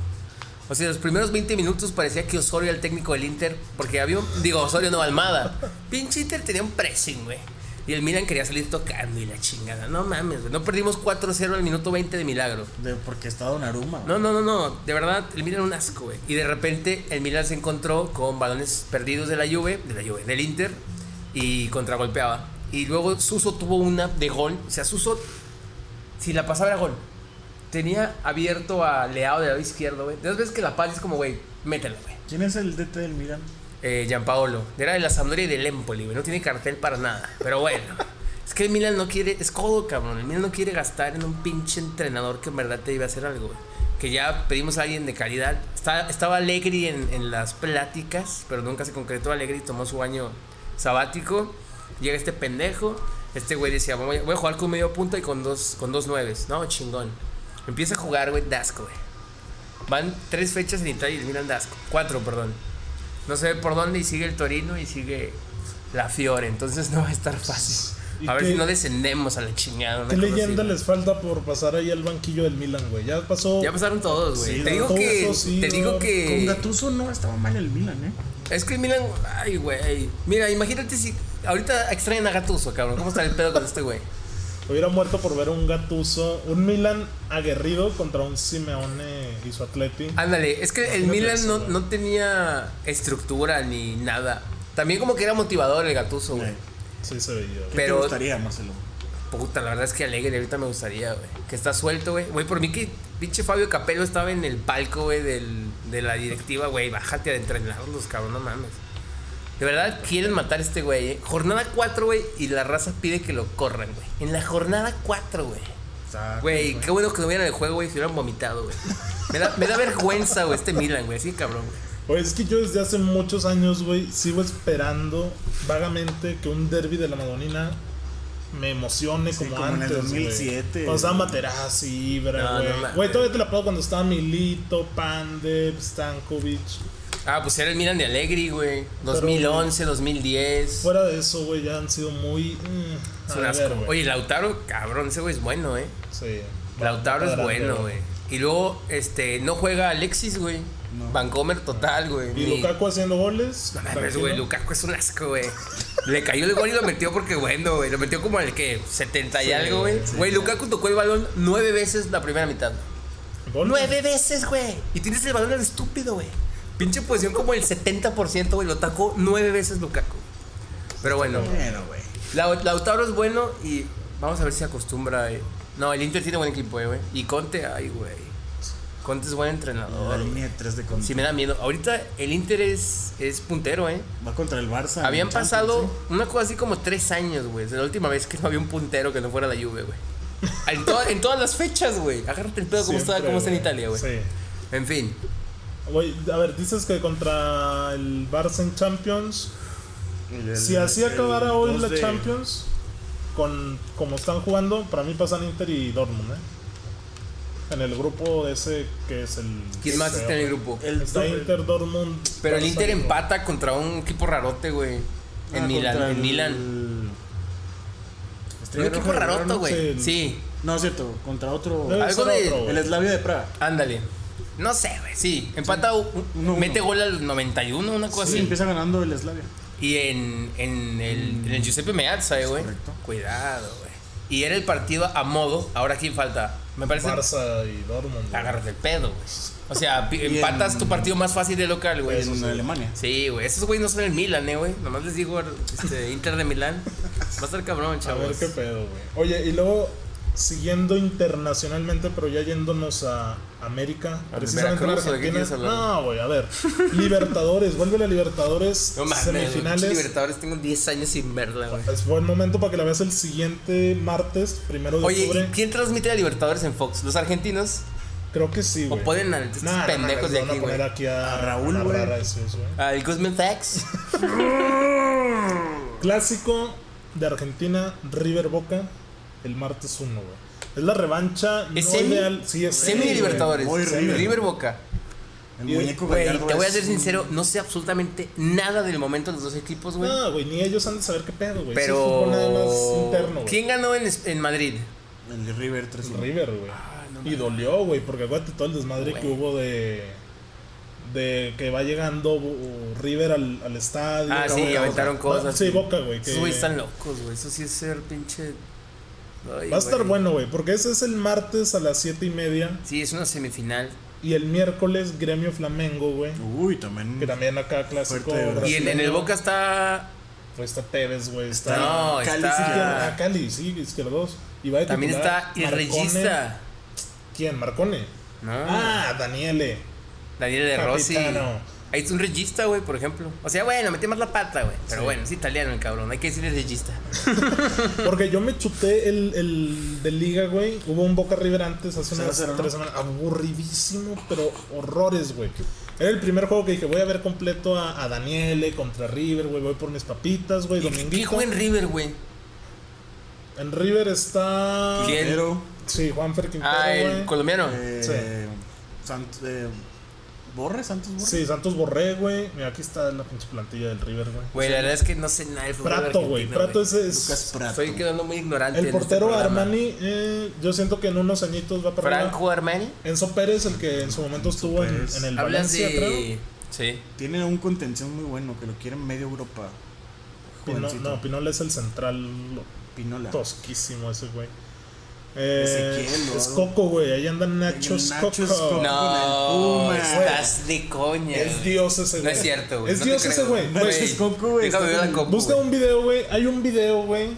O sea, los primeros 20 minutos parecía que Osorio era el técnico del Inter, porque había un, digo, Osorio no, Almada. Pinche Inter tenía un pressing, güey. Y el Milan quería salir tocando y la chingada. No mames, güey. No perdimos 4-0 al minuto 20 de milagro.
de- porque está Donnarumma.
No, no, no, no. De verdad, el Milan era un asco, güey. Y de repente el Milan se encontró con balones perdidos de la Juve, de la Juve, del Inter, y contragolpeaba. Y luego Suso tuvo una de gol. O sea, Suso, si la pasaba era gol. Tenía abierto a Leao del lado izquierdo, güey. De las veces que la pasa es como, güey, mételo, güey.
¿Quién es el DT del Milan?
Eh, Gianpaolo. Era de la Sampdoria y del Empoli, güey. No tiene cartel para nada. Pero bueno. Es que el Milan no quiere... Es codo, cabrón. El Milan no quiere gastar en un pinche entrenador que en verdad te iba a hacer algo, güey. Que ya pedimos a alguien de calidad. Está- estaba Allegri en, en las pláticas, pero nunca se concretó. Allegri tomó su año sabático. Llega este pendejo. Este güey decía, voy a, voy a jugar con medio punta y con dos, con dos nueves. No, chingón. Empieza a jugar, güey, dasco, güey. Van tres fechas en Italia y el Milan dasco. Cuatro, perdón no sé por dónde y sigue el Torino y sigue la Fiore, entonces no va a estar fácil.
¿Y
A ver
qué-
si no descendemos a la chingada. una
¿Qué
cosa
leyenda
así,
les falta por pasar ahí al banquillo del Milan, güey? Ya pasó.
güey. Ya pasaron todos, güey.
Sí,
te digo
Gattuso,
que
sí,
te digo
no,
Con
que
Gattuso no estaba mal el Milan, ¿eh?
es que el Milan, ay güey. Mira, imagínate si ahorita extraen a Gattuso, cabrón. ¿Cómo está el pedo con este güey?
Hubiera muerto por ver un gatuso, un Milan aguerrido contra un Simeone y su Atleti.
Ándale, es que el
Imagínate
Milan
eso,
no,
güey.
no tenía estructura ni nada. También como que era motivador el Gattuso, güey.
Sí.
Sí, se veía. güey.
Eh, ¿Qué
Pero-
te gustaría, Marcelo?
Puta, la verdad es que alegre, ahorita me gustaría, güey. Que está suelto, güey. Güey, por mí que pinche Fabio Capello estaba en el palco, güey, del- de la directiva, güey. Bájate a entrenarlos, cabrón, no mames. De verdad quieren matar a este güey, eh. Jornada 4, güey, y la raza pide que lo corran, güey. En la jornada 4, güey.
Está-
Güey, qué bueno que no vieran el juego, güey, si hubieran vomitado, güey. Me da, me da vergüenza, güey, este Milan, güey. Sí, cabrón, güey.
Oye, es que yo desde hace muchos años, güey, sigo esperando vagamente que un derby de la Madonina me emocione
Sí,
como,
como en el
antes.
2007.
Güey. Cuando estaba Materazzi, Ibra,
No,
güey.
no mames.
Güey, todavía te la puedo cuando estaba Milito, Pandev, Stankovic.
Ah, pues era el Milan de Alegri, güey. 2011, 2010.
Fuera de eso, güey, ya han sido muy. mm,
Es
a
un
la
asco.
verga, güey.
Oye, Lautaro, cabrón, ese güey es bueno, eh.
Sí.
Lautaro es
Adelante,
bueno, güey. Y luego, este, no juega Alexis, güey.
No.
Vancomer total, güey.
Y
Ni-
Lukaku haciendo goles.
No mames,
tranquilo.
güey, Lukaku es un asco, güey. Le cayó el gol y lo metió porque bueno, güey. Lo metió como al que 70 y
Sí,
algo, güey.
sí.
Güey, Lukaku tocó el balón nueve veces la primera mitad.
Gol.
Nueve veces, güey. Y tienes el balón al estúpido, güey. Pinche posición como el 70%, güey. Lo tacó nueve veces Lukaku. Pero bueno,
Bueno, güey.
Lau- Lautaro es bueno y vamos a ver si se acostumbra. eh. No, el Inter tiene buen equipo, eh, güey. Y Conte, ay, güey. Conte es buen
La
entrenador. güey.
línea 3 de contra.
Sí, me da miedo. Ahorita el Inter es, es puntero, ¿eh?
Va contra el Barça.
Habían
en Champions,
pasado
¿eh?
una cosa así como tres años, güey. Desde la última vez que no había un puntero que no fuera la Juve, güey. En, toda- en todas las fechas, güey. Agárrate el pedo como está,
Siempre,
como está en Italia, güey.
Sí.
En fin.
Güey, a ver, dices que contra el Barça en Champions.
El- el-
Si así
el
acabara hoy
dos
la
de-
Champions, con como están jugando, para mí pasan Inter y Dortmund, ¿eh? En el grupo ese que es el.
¿Quién más está en el grupo?
El
Está
do-
Inter, Dortmund.
Pero el
Barça
Inter
y-
empata contra un equipo rarote, güey.
ah,
En Milán,
contra
en
el-
Milán. Un
Estrella
equipo Ah,
Roja de
raroto,
Verona.
güey.
Sí.
Sí.
No, es cierto, contra otro.
Debe
Algo
ser
de-
otro, güey.
El Slavia de Praga.
Ándale. No sé, güey. Sí, empata, u- u-
Uno, uno.
mete gol al 91, una cosa
Sí,
así.
empieza ganando el Slavia.
Y en, en el, en el Giuseppe Meazza, eh, güey.
correcto.
Cuidado, güey. Y era el partido a modo. Ahora, ¿quién falta? Me parece.
Barça y Dortmund. güey.
Agárrate el pedo, güey. O sea, pi-
Y
empatas
en-
tu partido más fácil de local, güey.
en Alemania.
Pues, Sí, güey. Esos güey no son el Milan, eh, güey. Nomás les digo este, Inter de Milán. Va a estar cabrón,
A ver
chavos.
qué pedo, güey. Oye, y luego, siguiendo internacionalmente, pero ya yéndonos a América.
¿A
Precisamente en
Veracruz o de qué
Argentina.
quieres hablar?
No, güey, a ver. Libertadores, vuelve a Libertadores.
No mames, güey. Pinche
semifinales.
Libertadores, tengo 10 años sin verla, güey.
Es buen momento para que la veas el siguiente martes, primero de
Oye,
octubre.
¿y ¿quién transmite a Libertadores en Fox? ¿Los argentinos?
Creo que sí,
O
güey.
ponen a estos
Nah, no
pendejos
mames,
de
van
aquí,
a poner
güey.
aquí a,
A Raúl,
a
güey.
narrar a esos, güey.
Al Goodman Sachs.
Clásico de Argentina, River Boca, el martes 1, güey. Es la revancha
¿Es
no
semi?
ideal. Sí, es
Semi
güey.
Libertadores.
Muy
Semi
River.
River Boca.
El
Y-
muñeco
Güey,
Gallardo
te voy a
es
ser
un-
sincero, no sé absolutamente nada del momento de los dos equipos, güey.
No, güey, ni ellos han de saber qué pedo, güey. Eso es
pero.
fútbol nada más interno, güey. Pues
¿Quién ganó en, es- en Madrid?
El de River 3
River, güey. y dolió, güey, porque acuérdate todo el desmadre que
Güey.
hubo de. De que va llegando uh, River al, al estadio.
Ah, sí,
Boca,
aventaron
Boca.
cosas.
Sí, Boca, güey. que-
Esos güeyes están locos, güey. Eso sí es ser pinche. Ay,
Va a estar
güey.
bueno, güey, porque ese es el martes a las 7 y media.
Sí, es una semifinal.
Y el miércoles, Gremio Flamengo, güey.
Uy, también.
Que también acá clásico.
Fuerte, ¿verdad?
Y en, en el
brasileño.
Boca está.
Pues está Tevez, güey. Está.
No,
Cali
está.
Ah, Cali, sí, izquierdos. Y va de
También
titular
está el
Marcone.
regista.
¿Quién? Marcone.
No.
Ah, Daniele.
Daniel de Rossi.
Capitano.
Ahí está un regista, güey, por ejemplo. O sea, bueno, metí más la pata, güey. Pero
Sí.
bueno, es italiano el cabrón. Hay que decirle regista.
Porque yo me chuté el, el de Liga, güey. Hubo un Boca River antes hace unas
0-0, ¿no?
tres semanas. Aburridísimo, pero horrores, güey. Era el primer juego que dije, voy a ver completo a, a Daniele contra River, güey. Voy por mis papitas, güey.
¿Qué
Dominguito.
juega en
En...
River, güey?
River está.
¿Quién?
Pero.
Sí, Juanfer Quintero,
Ah, el
güey.
colombiano.
Eh, Sant- eh, ¿Borre? ¿Santos Borre?
Sí, Santos Borré, güey. Mira, aquí está la pinche plantilla del River, güey.
Güey, la verdad es que no sé nada del fútbol.
Prato, güey.
argentino,
Prato ese es.
Lucas Prato.
Estoy quedando muy ignorante.
El
en este
portero
programa.
Armani, eh, yo siento que en unos añitos va para arriba.
Franco Armani.
Enzo Pérez, el que en su momento estuvo en,
Pérez.
en el
Hablan
Valencia, creo.
de. Sí.
Tiene un contención muy bueno que lo quiere en medio Europa.
Pino-
Jovencito.
no, Pinola es el central lo-
Pinola.
tosquísimo ese güey. Eh,
Ezequiel, ¿no?
es Coco, güey. Ahí andan Nachos
Nacho
Coco.
es Coco.
No,
Con el Puma,
estás de coña.
Es
güey.
Dios ese güey.
No es cierto, güey.
Es
no te
Dios
creo,
ese güey.
No, ese es Coco, güey,
Déjame
está
ver a
con-
Coco.
Busca
güey.
un video, güey. Hay un video, güey.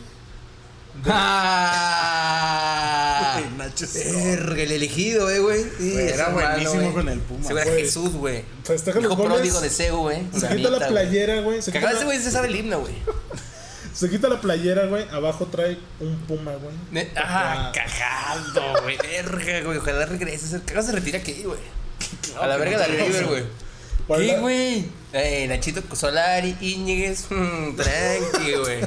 ¡Ah!
Güey, Nacho es
Verga, el elegido, eh, güey. Sí,
Güey, era
ese hermano,
buenísimo
güey.
con el Puma.
Ese güey era
Güey.
Jesús, güey.
Festeja los
Hijo
goles.
pródigo de Seu, güey.
Se
Con
quita la
Anita,
playera, güey. Se quita
güey. Cagado ese
la-
güey se sabe el himno, güey.
se quita la playera, güey. Abajo trae un puma, güey.
Ne-
Ah.
Ah, cagado, güey. Verga, güey. Ojalá regrese. El cagado se retira aquí, güey. A la verga de River, güey.
¿Cuál
¿Qué,
la-
güey? Eh, Nachito Solari, Íñiguez. mm, tranqui, güey.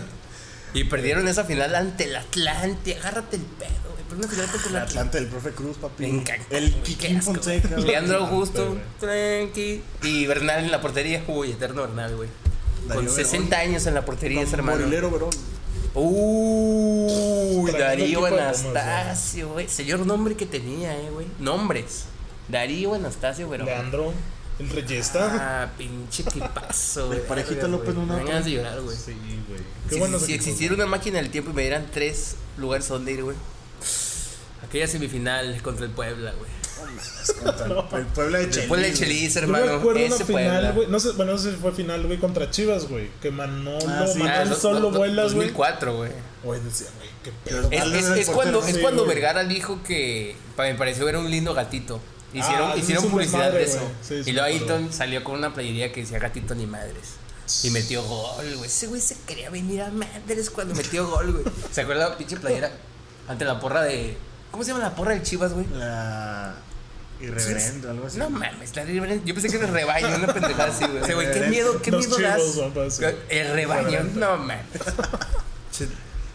Y perdieron esa final ante el Atlante. Agárrate el pedo, güey. Pero una final contra el
El
Atlante.
Atlante, el profe Cruz, papi.
Me encanta,
El
güey, qué
Kikín
asco, güey.
Fonseca. güey.
Leandro Augusto,
güey.
tranqui. Y Bernal en la portería. Uy, eterno Bernal, güey.
Darío
Con
Verón.
60 años en la portería, ese hermano.
Morilero Verón.
Tremendo
Uy,
equipo
Darío
de Pumas,
Anastasio, güey. Señor nombre que tenía, eh, güey. Nombres. Darío Anastasio, güey.
Leandro, el regista.
Ah, pinche equipazo, güey.
Parejita
Verga,
López
güey.
no,
Me dan
no.
ganas de llorar, güey.
Sí, güey. Qué
Si,
buenos
si
equipos,
existiera una máquina del tiempo y me dieran tres lugares a donde ir, güey. Aquella semifinal contra el Puebla, güey.
El Puebla de Chile.
Después el Chelis,
güey. Yo me
hermano.
acuerdo una
Ese Puebla.
final, güey. No sé, bueno, no sé si fue final, güey, contra Chivas, güey. Que Manolo,
Ah, sí.
Manolo
Ah, dos-
solo
dos-
vuelas, güey.
2004, güey.
Güey, decía, güey, qué pedo.
Pero
Es,
Valdés
es-
era el
es cuando,
portero.
es
sí,
cuando
güey.
Vergara dijo que, pa- me pareció, era un lindo gatito. Hicieron,
Ah, sí,
hicieron
es un
publicidad
desmadre,
de eso.
güey. Sí, sí,
y luego
me acuerdo.
Ayton salió con una playería que decía gatito ni madres. Y metió gol, güey. Ese güey se quería venir a madres cuando metió gol, güey. ¿Se acuerda la pinche playera? Ante la porra de. ¿Cómo se llama la porra del Chivas, güey?
La. Irreverendo, algo así.
No mames, la rebaño. Yo pensé que era el rebaño, una pendejada así, güey. O sea, güey, qué miedo, qué
Los
miedo
chivos,
das.
güey, pues, sí.
El rebaño,
Reverendo.
no mames.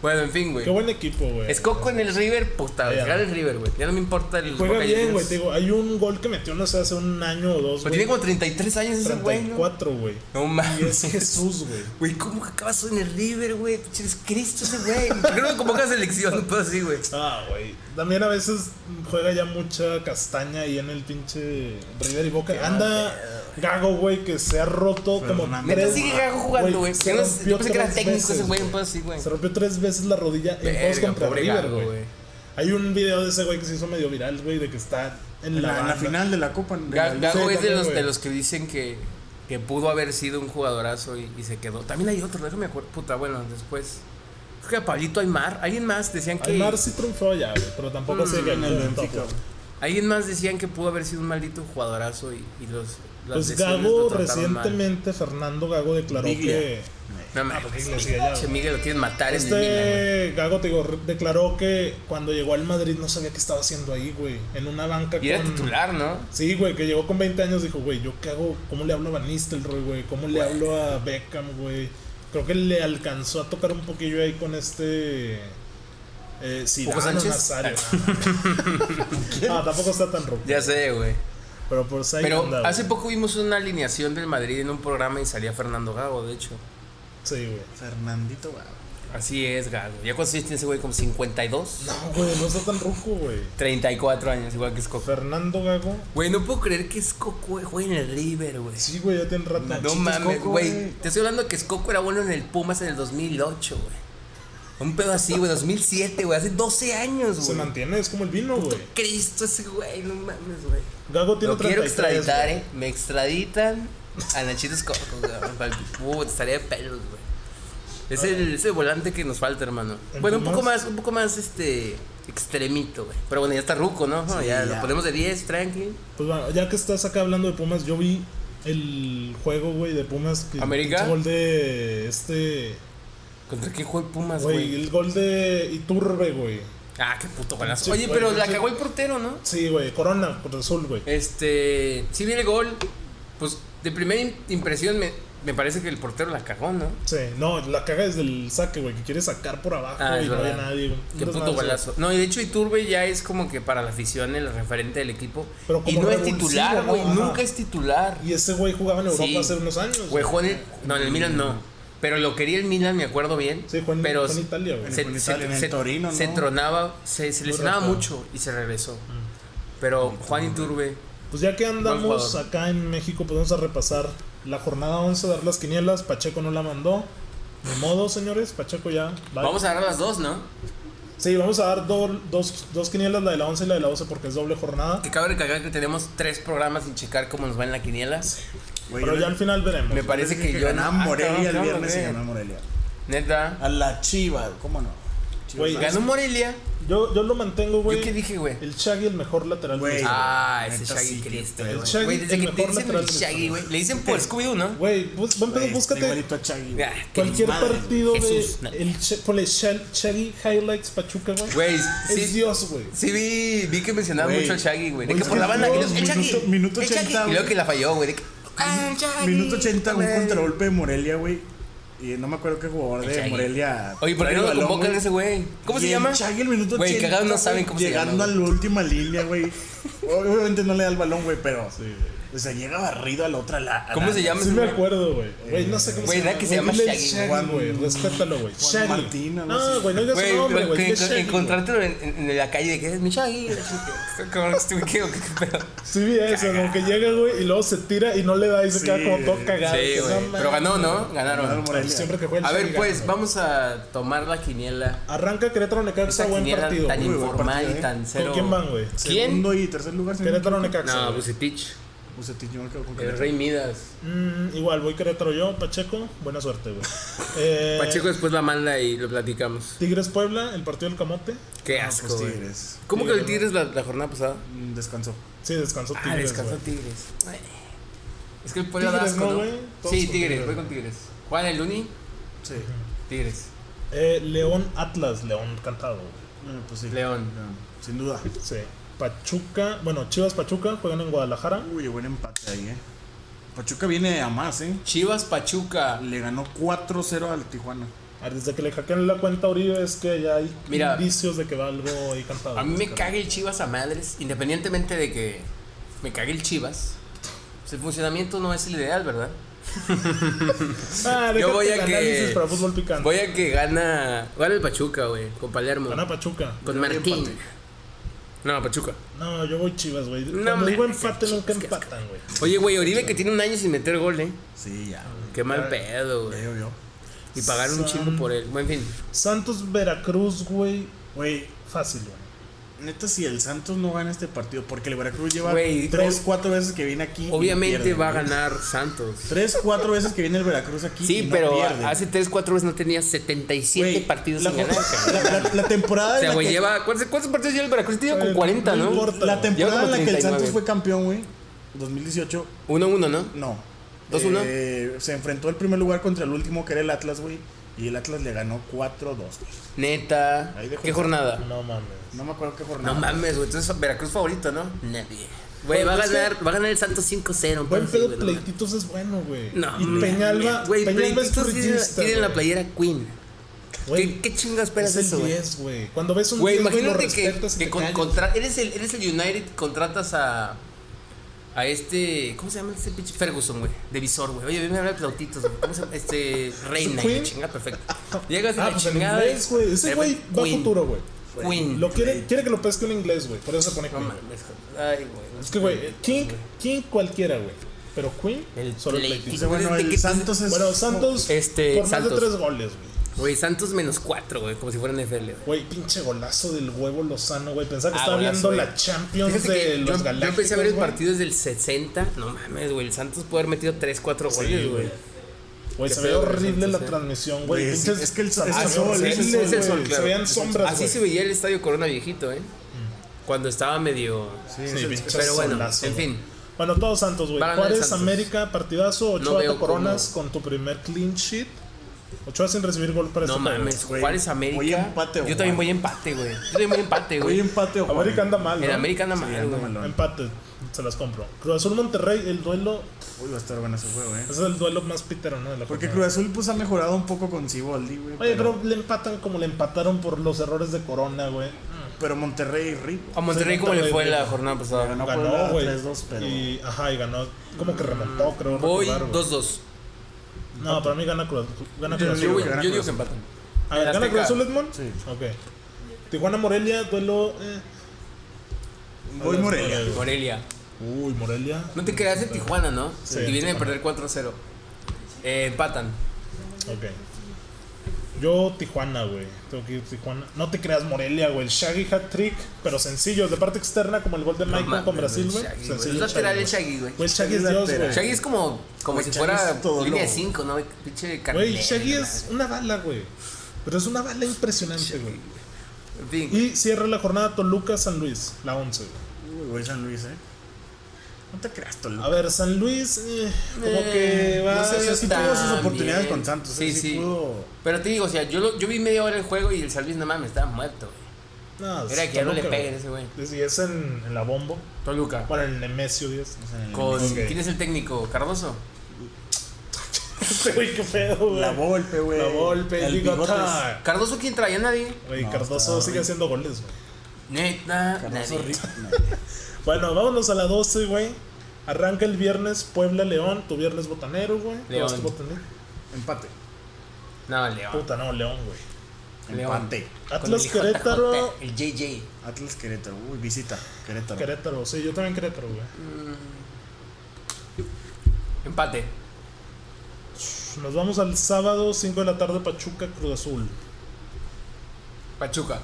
Bueno, en fin, güey.
Qué buen equipo, güey.
Es Coco en el River, puta,
Ya.
gana el River, güey. Ya no me importa el
Juega
Boca
bien,
Juniors.
güey. Te digo, hay un gol que metió, no sé, hace un año o dos,
Pero
güey.
tiene como 33 años ese güey, ¿no?
34, güey.
No
Y es
mames.
Jesús, güey.
Güey, ¿cómo que acabas en el River, güey? Pinche, Es Cristo ese güey. ¿Por qué no me convocas a selección? No puedo así, güey.
Ah, güey. También a veces juega ya mucha castaña ahí en el pinche River y Boca. Anda Gago, güey, que se ha roto como
Fernández.
tres...
Neta sigue gago jugando, güey.
se
Yo no sé-
rompió
yo pensé que era
tres
técnico ese
veces,
güey, no puedo así, güey.
Se rompió tres veces la rodilla en
Verga,
dos contra
pobre
River,
Gago,
güey.
güey.
Hay un video de ese güey que se hizo medio viral, güey, de que está en,
En
la,
la, en la
banda.
final de la Copa. de
Ga-
la-
sí,
Gago es de
también,
los,
güey.
de los que dicen que, que pudo haber sido un jugadorazo y, y se quedó. También hay otro, déjame acuerdo. Puta, bueno, después. Es que a Pablito Aymar, alguien más decían que.
Aymar sí triunfó ya, güey, pero tampoco sé que
Mm, En el Benfica. güey.
Alguien más decían que pudo haber sido un maldito jugadorazo y, y los. las
Pues
lesiones
Gago
lo trataron mal.
recientemente, Fernando Gago declaró
Biglia.
que,
No
Ah,
mames.
pues Isla sigue allá, güey.
Che, Miguel lo quieren matar en el Milan, güey.
Este Gago, te digo, re- declaró que cuando llegó al Madrid no sabía qué estaba haciendo ahí, güey. En una banca
Y era
con-
titular, ¿no?
Sí, güey, que llegó con 20 años dijo, güey, ¿yo qué hago? ¿Cómo le hablo a Van Nistelrooy, güey? ¿Cómo le
Güey.
hablo a Beckham, güey? Creo que le alcanzó a tocar un poquillo ahí con este... Eh, Zidane
¿Hugo
o
Sánchez?
Nazario. No, no, tampoco está tan roto.
Ya sé, güey.
Pero por ahí
Pero
anda, güey.
hace poco vimos una alineación del Madrid en un programa y salía Fernando Gago, de hecho.
Sí, güey.
Fernandito, güey.
Así es, Gago. ¿Ya cuántos años tiene ese güey? ¿Como 52?
No, güey, no está tan roco, güey.
34 años, igual que Scott.
Fernando Gago.
Güey, no puedo creer que Scocco juegue en el River, güey.
Sí, güey, ya tiene rato.
No
Chicos,
mames,
Coco,
güey.
güey.
Te estoy hablando que Scocco era bueno en el Pumas en el 2008, güey. Un pedo así, güey, 2007, güey. Hace 12 años, güey.
Se mantiene, es como el vino, güey.
Cristo ese güey, no mames, güey.
Gago tiene
Lo quiero
33,
extraditar,
güey.
eh. Me extraditan a Nachito Scocco, güey. Pa'l- Puta, estaría de pelos, güey. Es el, es el volante que nos falta, hermano.
¿En
Bueno, un poco
Pumas?
más, un poco más, este, extremito, güey. Pero bueno, ya está ruco, ¿no?
Sí,
ya, lo
ya.
ponemos de 10, tranqui.
Pues bueno, ya que estás acá hablando de Pumas, yo vi el juego, güey, de Pumas. Que
¿América?
El gol de este.
¿Contra qué juega el Pumas,
Güey,
güey?
el gol de Iturbe, güey.
Ah, qué puto golazo.
Sí,
Oye,
güey,
pero la
sí.
cagó el portero, ¿no?
Sí, güey, Corona, por Azul, güey.
Este, si viene el gol, pues de primera im- impresión me, me parece que el portero la cagó, ¿no?
Sí, no, la caga desde el saque, güey, que quiere sacar por abajo
Ah, es
y no había
verdad.
nadie. güey.
Qué
Entonces,
puto
nada,
golazo. No, y de hecho Iturbe ya es como que para la afición el referente del equipo.
Pero como
Y no es
revulsivo,
titular,
¿no?
güey.
Ajá.
Nunca es titular.
Y ese güey jugaba en Europa
Sí.
hace unos años.
Güey, jugó en el- No, en el Milan no. Pero lo quería el Milan, me acuerdo bien.
Sí, jugó en-
pero
jugó en
se-
Italia, güey.
se-
Jugó en
se-
Italia, en el
se-
Torino,
Se
¿no?
tronaba, se, se
Muy
lesionaba
rápido.
mucho y se regresó.
Mm.
Pero Juan Iturbe,
Pues ya que
Buen
andamos
jugador.
acá en México, podemos a repasar la jornada 11, dar las quinielas. Pacheco no la mandó. De modo, señores, Pacheco ya. bye.
vamos a agarrar las dos, ¿no?
Sí, vamos a dar do- dos, dos quinielas, la de la 11 y la de la 12, porque es doble jornada.
Que cabe recalcar que tenemos tres programas sin checar cómo nos va en la quiniela.
Güey,
Pero
yo
ya
le-
al final veremos.
Me parece que, yo.
ganaba
Ah,
Morelia el
cabrón,
viernes y
güey.
ganaba Morelia.
Neta.
A la Chiva, ¿cómo no? Chivas,
Güey,
ah,
Ganó Morelia.
Yo, yo lo mantengo, güey.
¿Yo qué dije, güey?
El Shaggy, el mejor lateral.
Güey.
derecho.
Ah,
Neta,
ese Shaggy
sí,
Cristo,
el
güey.
Shaggy,
Güey, desde
el
que te
mejor
dicen el
lateral del
Shaggy,
mundo.
güey. Le dicen por Scooby-Doo, ¿no?
Güey, bus- buen pedo,
güey, está
búscate
Este, Igualito a Chagui.
Ah, qué
cualquier
desmadre,
partido
Jesús,
de.
no.
El Sha- ponle Sha- Shaggy Highlights Pachuca, güey.
Güey,
Es
sí,
Dios, güey.
sí vi, vi que mencionaba
Güey.
mucho al Shaggy, güey. De
Güey,
que por la banda.
minuto-
el Shaggy.
minuto- minuto
el Shaggy.
80,
Y luego
güey.
que la falló, güey. de que, ah, el Shaggy,
Minuto 80, un
güey.
contragolpe de Morelia, güey. Y no me acuerdo qué jugador de
Shaggy.
Morelia.
Oye, ¿por qué no
trae el
lo
balón,
convocan
güey?
ese güey? ¿Cómo se
Y
llama?
El Chagui, el minuto 80.
Güey, cagados no saben
güey,
cómo se llama.
Llegando a
güey.
la última línea, güey. Obviamente no le da el balón, güey, pero. O sea, llega barrido a la otra. la- a
¿Cómo
la-
se llama
Sí
ese
me
güey?
acuerdo, güey. Güey, no sé cómo
Güey, ¿verdad que se llama
dile
Shaggy,
Shaggy, güey. Respétalo, güey.
Juan
Shaggy.
Martín, algo
no,
así.
güey, no digas
Güey,
su nombre,
que
güey. dile
encon-
Shaggy, güey.
encontrártelo en, en- en la calle de que es mi Shaggy. ¿Cómo estuve qué o qué pedo?
Sí, vi eso, como que llega, güey, y luego se tira y no le da y se
Sí.
queda como todo cagado.
Sí,
Que no
güey.
mames.
Pero ganó, ¿no? Ganaron.
Ganaron Morelia.
Siempre que juega el
A ver,
Shaggy,
pues,
gana,
buen a tomar la quiniela.
güey. Arranca Querétaro Necaxa,
Esa
buen
quiniela
partido.
tan
güey.
buen
informal
partido,
y
¿eh?
tan cero.
¿Con quién van, güey?
¿Quién?
Segundo y tercer lugar, señor.
Querétaro Necaxa.
No, pues
güey.
Bucetich.
Bucetich, yo me quedo con
El
Querétaro.
Rey Midas.
Mm, igual, voy Querétaro yo, Pacheco, buena suerte, güey. Eh,
Pacheco después la manda y lo platicamos.
Tigres Puebla, el partido del Camote.
Qué
Ah,
asco,
pues
güey.
Tigres.
¿Cómo que el Tigres la, la jornada pasada?
Mm, Descansó.
Sí, descansó
Ah,
Tigres.
descansó
güey.
Tigres. Ay. Es que el pueblo da
Tigres,
asco,
¿no,
¿no?
güey? Todos
Sí,
con
Tigres,
Tigres,
voy
güey.
con Tigres. Juan el Uni,
Sí.
Tigres.
Eh, León Atlas, León cantado, güey.
Eh, pues sí.
León.
No, Sin duda.
Sí. Pachuca, bueno, Chivas Pachuca juegan en Guadalajara.
Uy, buen empate ahí, eh. Pachuca viene a más, eh.
Chivas Pachuca.
Le ganó 4-0 al Tijuana.
Ah, Desde que le hackean la cuenta a Uribe es que ya hay
Mira.
indicios de que va algo ahí cantado.
A mí me
güey.
caga el Chivas a madres, independientemente de que me cague el Chivas. pues El funcionamiento no es el ideal, ¿verdad?
Ah,
Yo voy
déjate
a
el
que-
análisis para fútbol picante.
Voy a que gana. Gana el Pachuca, güey. Con Palermo.
Gana Pachuca.
Con
Yo voy
Martín.
empate.
No, Pachuca.
No, yo voy Chivas, güey.
No,
Cuando
hombre,
digo
qué
empate
chivas,
nunca
qué asco.
empatan, güey.
Oye, güey, Oribe que tiene un año sin meter gol, ¿eh?
Sí, ya.
Qué mal pedo,
Ya
güey.
llovió.
Y pagaron un chingo por él. Bueno, en fin.
Santos Veracruz, güey.
Güey,
Fácil, güey.
neta, si el Santos no gana este partido, porque el Veracruz lleva
Güey,
3, 4 veces que viene aquí.
Obviamente va a ganar Santos.
3, 4 veces que viene el Veracruz aquí. y
Sí,
no
pero
pierde.
hace 3, 4 veces no tenía 77
Güey,
partidos
la,
sin ganar, cabrón.
la- la- la temporada.
O
en
sea,
la
güey,
que-
lleva. ¿Cuántos, cuántos partidos lleva el Veracruz? Tiene como
Eh,
40,
no
¿no?
importa.
La
Lleva
temporada
como
en la que el
39.
Santos fue campeón, güey. 2018.
1-1, ¿no?
No.
2-1.
eh, se enfrentó el primer lugar contra el último, que era el Atlas, güey. Y el Atlas le ganó 4-2. güey.
Neta.
Ahí dejó
¿Qué
el-
Ah.
jornada?
No mames.
No me acuerdo qué jornada.
No mames, güey. Entonces, Veracruz favorito, ¿no? Nadie. Güey, va a
Pues, es
ganar, va a ganar el Santos 5-0.
Buen
parece,
pedo,
güey, no mames.
Pleititos es bueno, güey.
No,
y
mames,
Peñalba,
güey,
Peñalba es
Pleititos tiene-
turista,
Tiene la
güey.
playera Queen.
Güey,
¿Qué, qué chingas esperas
es
de eso,
el
güey?
10, güey. Cuando ves un
Güey,
10, güey, lo
imagínate que-
respetas y
Que
te
con-
callas.
contra- eres, el, eres el United, contratas a. A este. ¿Cómo se llama este pinche? Ferguson, güey. De visor, güey. Oye, venme a hablar de flautitos, güey. ¿Cómo se llama? Este. Reina,
Queen?
güey. Chinga, perfecto. Llegas a
Ah,
la
pues en
chingada.
inglés, güey. Ese
de
güey
repente,
va a
Queen.
futuro, güey.
Queen.
Lo quiere, quiere que lo pesque un inglés, güey. Por eso se pone
No
Queen. güey.
mames, joder. Ay, güey.
Es que, güey, King, King cualquiera, güey. Pero Queen,
El
solo el
pleitito.
pleitito.
Ese, bueno,
¿De qué
el
te-
Santos es.
Bueno, Santos,
Este,
por más de
Santos.
tres goles, güey.
Güey, Santos menos 4, güey. Como si fuera NFL, güey.
Güey, pinche golazo del huevo Lozano, güey. Pensaba que
Ah,
estaba
golazo,
viendo
güey.
la Champions
Fíjate
de
que
los
yo, yo
Galácticos.
empecé a ver el
güey.
partido desde el 60. No mames, güey. El Santos puede haber metido 3, 4
Sí,
goles,
güey.
güey.
Güey, se
Qué
ve
feo,
horrible
güey,
la
sí.
transmisión, güey.
Güey, es-
Pinches-
es que el
se ve
sol,
horrible,
sí,
güey.
Ah, sí, sí, es el sol,
Se
claro.
veían sombras,
Así
güey. Mm.
se veía el estadio Corona viejito, ¿eh? Cuando estaba medio.
Sí, pinche
Pero bueno,
solazo,
en
güey.
fin.
Bueno, todos Santos, güey.
Va a ganar
Juárez,
Santos.
América, partidazo. Ochoa
veo
te coronas con tu primer clean sheet. Ochoa sin recibir gol para
No
este juego.
mames,
güey.
Juárez América.
Voy empate,
Yo
güey.
también voy empate, güey. Yo también voy empate,
Güey,
güey.
empate o
América anda mal,
En
¿no?
América anda mal,
anda
güey.
malón.
Empate, se las compro. Cruz Azul Monterrey, el duelo.
Uy, va a estar bueno ese juego, eh.
Ese es el duelo más pitero, ¿no? De la
Porque Cruz
jornada.
Azul pues ha mejorado un poco con Ciboldi, güey.
Oye, pero le empatan como le empataron por los errores de Corona, güey.
pero Monterrey rico.
A Monterrey,
Sí,
¿cómo le
Monterrey,
fue
güey.
la jornada pasada?
Ganó
Ganó,
Puebla
güey.
3-2, pero
Y, ajá, y ganó. Como que remontó, creo.
Voy
recordar, güey.
2-2.
No, para mí gana Cruz gana Cruz
Yo
Yo,
Azul.
digo
voy-
que gana
yo digo
Cruz
que empatan.
A ver,
el
¿Gana Cruz
Azteca.
Azul, Edmond?
Sí.
Ok. Tijuana Morelia, duelo. eh,
voy Morelia.
Morelia.
Uy, Morelia.
No te creas en Tijuana, ¿no?
Sí,
y vienen
Tijuana.
a perder 4-0. Eh, empatan.
Ok. Yo, Tijuana, güey. Tengo que ir a Tijuana. No te creas, Morelia, güey. El Shaggy hat trick, pero sencillo. De parte externa, como el gol de Michael
mames,
con Brasil,
güey,
güey.
Shaggy,
Sencillo.
güey. Es lateral el
güey.
Shaggy, güey.
Güey, el Shaggy es
Shaggy
Dios,
lateral.
güey.
Shaggy es como, como
Güey,
si
Shaggy
fuera
es todo
línea de
lobo.
5, ¿no? Pinche
Güey,
carrilero,
Shaggy
güey.
es una bala, güey. Pero es una bala impresionante, güey.
En fin.
Y cierra la jornada Toluca-San Luis, la 11, güey.
Uy, güey, San Luis, eh. No te creas, Toluca.
A ver, San Luis, eh, como
Eh,
que va
no sé si
a
sí
está
tuvo sus oportunidades
bien.
con Santos,
Sí,
eh, sí
sí.
pudo.
Pero te digo, o sea, yo, lo- yo vi media hora el juego y el San Luis, no mames, estaba muerto, güey.
No,
Era
es
que ya no le
Pues, Toluca,
peguen a ese güey.
Y es en, en la bombo.
Toluca.
Para el Nemesio 10.
Con,
Ok.
¿Quién es el técnico? ¿Cardoso?
Este güey, qué pedo, güey.
La Volpe, güey.
La Volpe,
El
el Liga
Bigotes.
Tar.
¿Cardoso quién traía? Nadie.
Güey,
No,
Cardoso
está
sigue
horrible.
haciendo goles, güey.
Neta,
Cardoso
nadie.
rico. No.
Bueno, vámonos a la 12, güey. Arranca el viernes Puebla-León. Tu viernes botanero, güey. ¿Tú
León.
vas con botanero?
Empate.
No, León.
Puta, no, León, güey.
León.
Empate.
Con el
Atlas
JJ,
Querétaro.
El JJ.
Atlas Querétaro. Uy, visita. Querétaro.
Querétaro, sí, yo también Querétaro, güey.
Mm. Empate.
Nos vamos al sábado, 5 de la tarde, Pachuca, Cruz Azul.
Pachuca.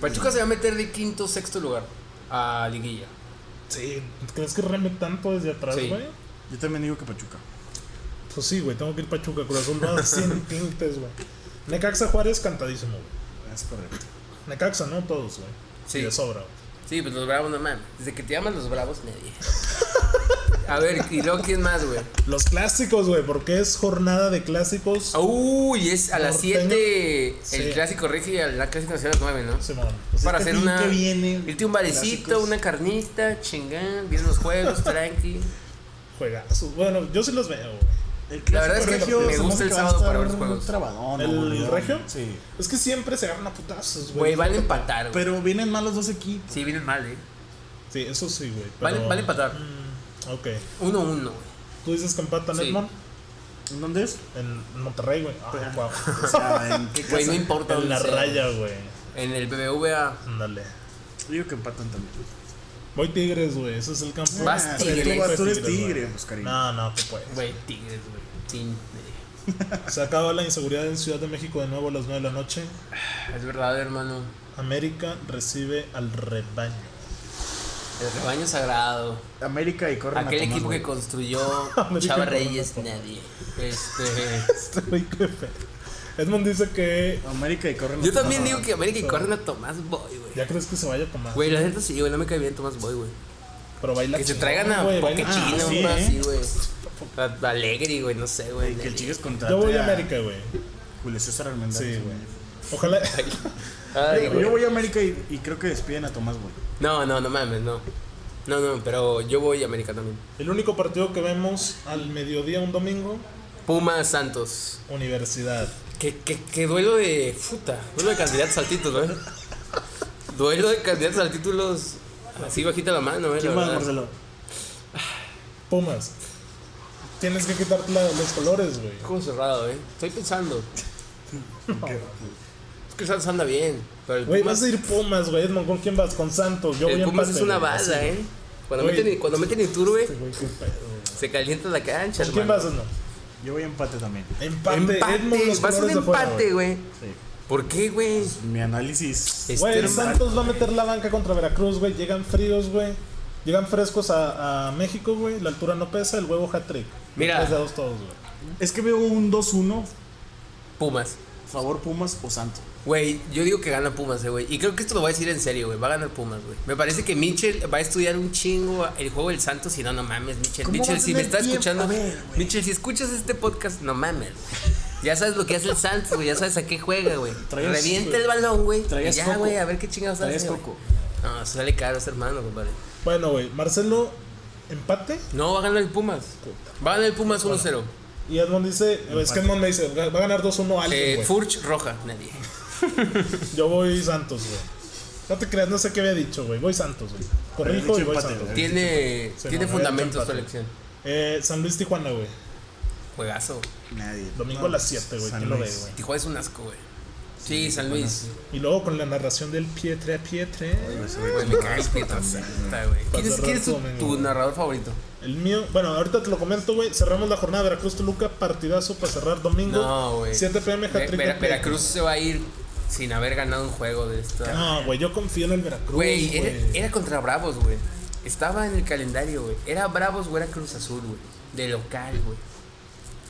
Pachuca se va a meter de quinto sexto lugar a Liguilla.
Sí, ¿crees que reme tanto desde atrás,
Sí.
güey?
Yo también digo que Pachuca.
Pues sí, güey, tengo que ir Pachuca, Cruz Azul va sin tintes, güey. Necaxa Juárez cantadísimo, güey.
Es correcto.
Necaxa, ¿no? Todos, güey.
Sí.
Y de sobra, güey.
Sí, pues los bravos no mames. Desde que te llaman los bravos, nadie. A ver, ¿y luego quién más, güey?
Los clásicos, güey, porque es jornada de clásicos.
Ah, Uy, es a las
Norteño.
7 el
Sí.
clásico regio y a la clásica nacional a las 9, ¿no?
Simón. pues,
Para
este
hacer
fin
una.
que viene,
Irte a un barecito,
clásicos.
una carnita, chingán, vienen los juegos, tranqui.
Juegazos. Bueno, yo sí los veo, güey.
El
La verdad es
clásico
que
regio
me
se me
gusta
hace
el
que va a
sábado
estar
para ver los juegos.
trabadón,
¿El
aburridón.
regio?
Sí.
Es que siempre se agarran a putazos, güey.
Güey, van a empatar, güey.
Pero vienen mal los dos equipos.
Sí, vienen mal, eh.
Sí, eso sí, güey.
Van,
pero-
van a empatar.
Mm,
1-1,
ok.
güey.
Tú dices que empatan,
Sí.
Edmond,
¿En dónde es?
en Monterrey, güey. Ah, guau.
O sea, en qué
Güey,
casa.
no importa.
En
dónde
la
sea.
raya, güey.
En el BBVA.
Ándale.
Digo que empatan también.
Voy Tigres, güey. Ese es el campeón.
Vas
Ah,
Tigres.
tú vas- Tú eres
Tigres,
tigre,
güey.
pues cariño.
No, no, que puedes.
Güey, Tigres, güey. Tin, eh.
Se acaba la inseguridad en Ciudad de México de nuevo a las 9 de la noche.
Es verdad, hermano.
América recibe al rebaño.
El rebaño sagrado.
América y corren a
Aquel
Tomás,
equipo
güey.
que construyó
América
Chava
con
Reyes,
Ronaldo.
nadie. Este.
Este güey, qué pedo. Edmond dice que.
América y corren a
Yo también
Tomás.
digo que América y corren a Tomás Boy, güey.
¿Ya crees que se vaya a tomar?
Güey, la gente sí, güey, no me cae bien Tomás Boy, güey.
Pero baila
Que se
chingón,
traigan a
güey, ah,
Poque
baila-
Chino,
sí,
una
¿eh?
así, güey. A- Alegri, güey, no sé, güey.
Y que el
Alegri.
Chivas contrate
Ah, Yo voy a América, güey.
Julio César Armendáriz.
Sí, güey. Ojalá.
Ay,
Yo-
güey.
Yo voy a América y, y creo que despiden a Tomás, güey.
No, no, no mames, no. No, no, pero yo voy a América también.
El único partido que vemos al mediodía un domingo,
Pumas Santos.
Universidad.
Que, que, que duelo de. Puta. Duelo de candidatos al título, ¿eh? Duelo de candidatos al título. Así bajita la mano, ¿eh? la
¿Quién más,
verdad.
Marcelo?
Pumas. Tienes que quitarte la- los colores, güey.
Ojo cerrado, ¿eh? Estoy pensando. Es que Santos anda bien. Pero el
Güey,
Pumas,
vas a ir Pumas, güey. Edmond, ¿con quién vas? Con Santos. Yo voy
el
a
Pumas
empate,
es una
güey.
bala,
Así,
¿eh? Cuando
Güey.
meten, cuando meten el tour, güey,
güey, qué pedo, güey.
se calienta la cancha,
¿Con quién
hermano.
vas, Edmond?
Yo voy a empate también.
Empate. Edmond,
Empate,
los
vas a un
colores de fuera,
empate,
güey.
güey.
Sí.
¿Por qué, güey?
Mi análisis.
Este
Güey, el
hermano-
Santos va a meter la banca contra Veracruz, güey. Llegan fríos, güey. Llegan frescos a, a México, güey. La altura no pesa, el huevo hat-trick.
Mira.
3 de dos todos, güey.
Es que veo un 2-1
Pumas.
favor Pumas o Santos.
Güey, yo digo que gana Pumas, eh, güey. y creo que esto lo voy a decir en serio, güey. Va a ganar Pumas, güey. Me parece que Mitchell va a estudiar un chingo el juego del Santos y no, no mames, Mitchell.
¿Cómo va
Mitchell,
a
si me
tener
estás
tiempo?
escuchando,
A ver, güey.
Mitchell, si escuchas este podcast, no mames. güey. Ya sabes lo que hace el Santos, güey. Ya sabes a qué juega, güey.
Traías-
Revienta el balón, güey. Y
traías
ya,
coco.
güey, a ver qué chingados
Traías
hace. güey.
coco.
No, sale caro ese hermano, compadre.
Bueno, güey. Marcelo, empate.
No, va a ganar el Pumas. Va a ganar el Pumas 1-0.
Y Edmond dice, es que Edmond me dice, va a ganar 2-1 alguien,
Eh,
güey.
Furch, roja, nadie.
Yo voy Santos, güey. No te creas, no sé qué había dicho, güey. Voy Santos, güey. Corrijo
dicho
y voy
empate,
Santos.
güey.
Tiene,
Se
tiene
mamó,
fundamentos
empate.
su elección.
Eh, San Luis Tijuana, güey.
Juegazo.
Nadie.
Domingo
No,
a las 7, güey.
San
¿Quién lo ve,
Luis.
güey?
Tijuana es un asco, güey. Sí, San Luis.
Y luego con la narración del Pietre a Pietre.
Güey, me cae el pito, puta, güey. ¿Quién es, quién es tu, tu narrador favorito?
El mío, bueno, ahorita te lo comento, güey. Cerramos la jornada de Veracruz Toluca, partidazo para cerrar domingo.
No, güey.
7 pm, hat
Ve- Vera-
trick.
Veracruz se va a ir sin haber ganado un juego de esta.
No, güey, yo confío en el Veracruz.
Güey,
Güey,
era, era contra Bravos, güey. Estaba en el calendario, güey. Era Bravos o era Cruz Azul, güey. De local, güey.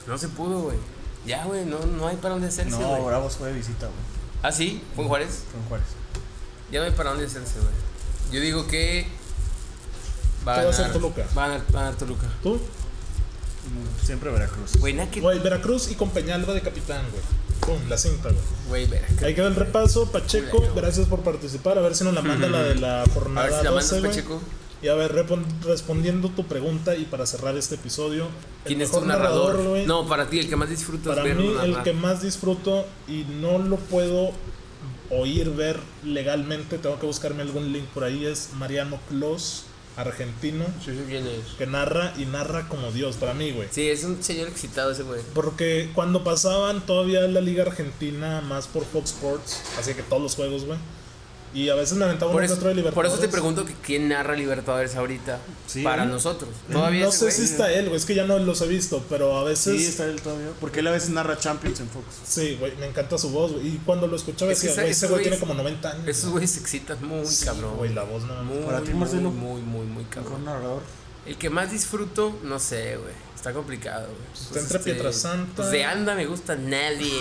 No se pudo, güey. Ya, güey, no, no hay para dónde hacerse,
No,
güey.
Bravos fue de visita, güey.
ah, sí, fue en Juárez.
Con Juárez.
Ya no hay para dónde hacerse, güey. Yo digo que. Va
¿Qué va a hacer Toluca?
Va a ganar, va a ganar Toluca.
¿Tú?
Mm, Siempre Veracruz.
Güey, nada que.
Güey, Veracruz y con Peñalba de capitán, güey. Pum, la cinta, güey.
Güey, Veracruz.
Ahí quedó el repaso. Pacheco,
Culero.
gracias por participar. A ver si nos la manda la de la
A ver
jornada
si la mandas,
12, güey.
Pacheco.
Y a ver, repon- respondiendo tu pregunta y para cerrar este episodio. el
¿Quién es
mejor
tu narrador?
güey,
no, para ti, el que más disfrutas
Para
verlo
mí, el
narrar.
que más disfruto y no lo puedo oír, ver legalmente, tengo que buscarme algún link por ahí, es Mariano Clos, argentino,
Sí, sí, ¿quién es?
que narra y narra como Dios, para mí, güey.
Sí, es un señor excitado ese güey.
Porque cuando pasaban todavía la Liga Argentina, más por Fox Sports, así que todos los juegos, güey. Y a veces me aventaba
Por
un
eso,
otro de
por
Libertadores.
eso te pregunto que quién narra Libertadores ahorita
Sí,
para
¿eh?
nosotros. Todavía
No
ese
sé
güey.
si está él, güey, es que ya no los he visto, pero a veces...
Sí, está él todavía. Porque él a veces narra Champions en Fox.
Sí, güey, me encanta su voz, güey. Y cuando lo escuchaba
Es que
decía,
esa-
güey,
ese
ese güey
güey
tiene
es-
como 90 años.
Esos güeyes se excitan muy
Sí,
cabrón.
güey, la voz no.
Muy,
Para ti,
muy,
Marcelo.
Muy, muy, muy
Mejor
cabrón.
narrador.
El que más disfruto, no sé, güey. Está complicado, güey. Pues,
entre Pietrasanta.
pues, de anda me gusta nadie.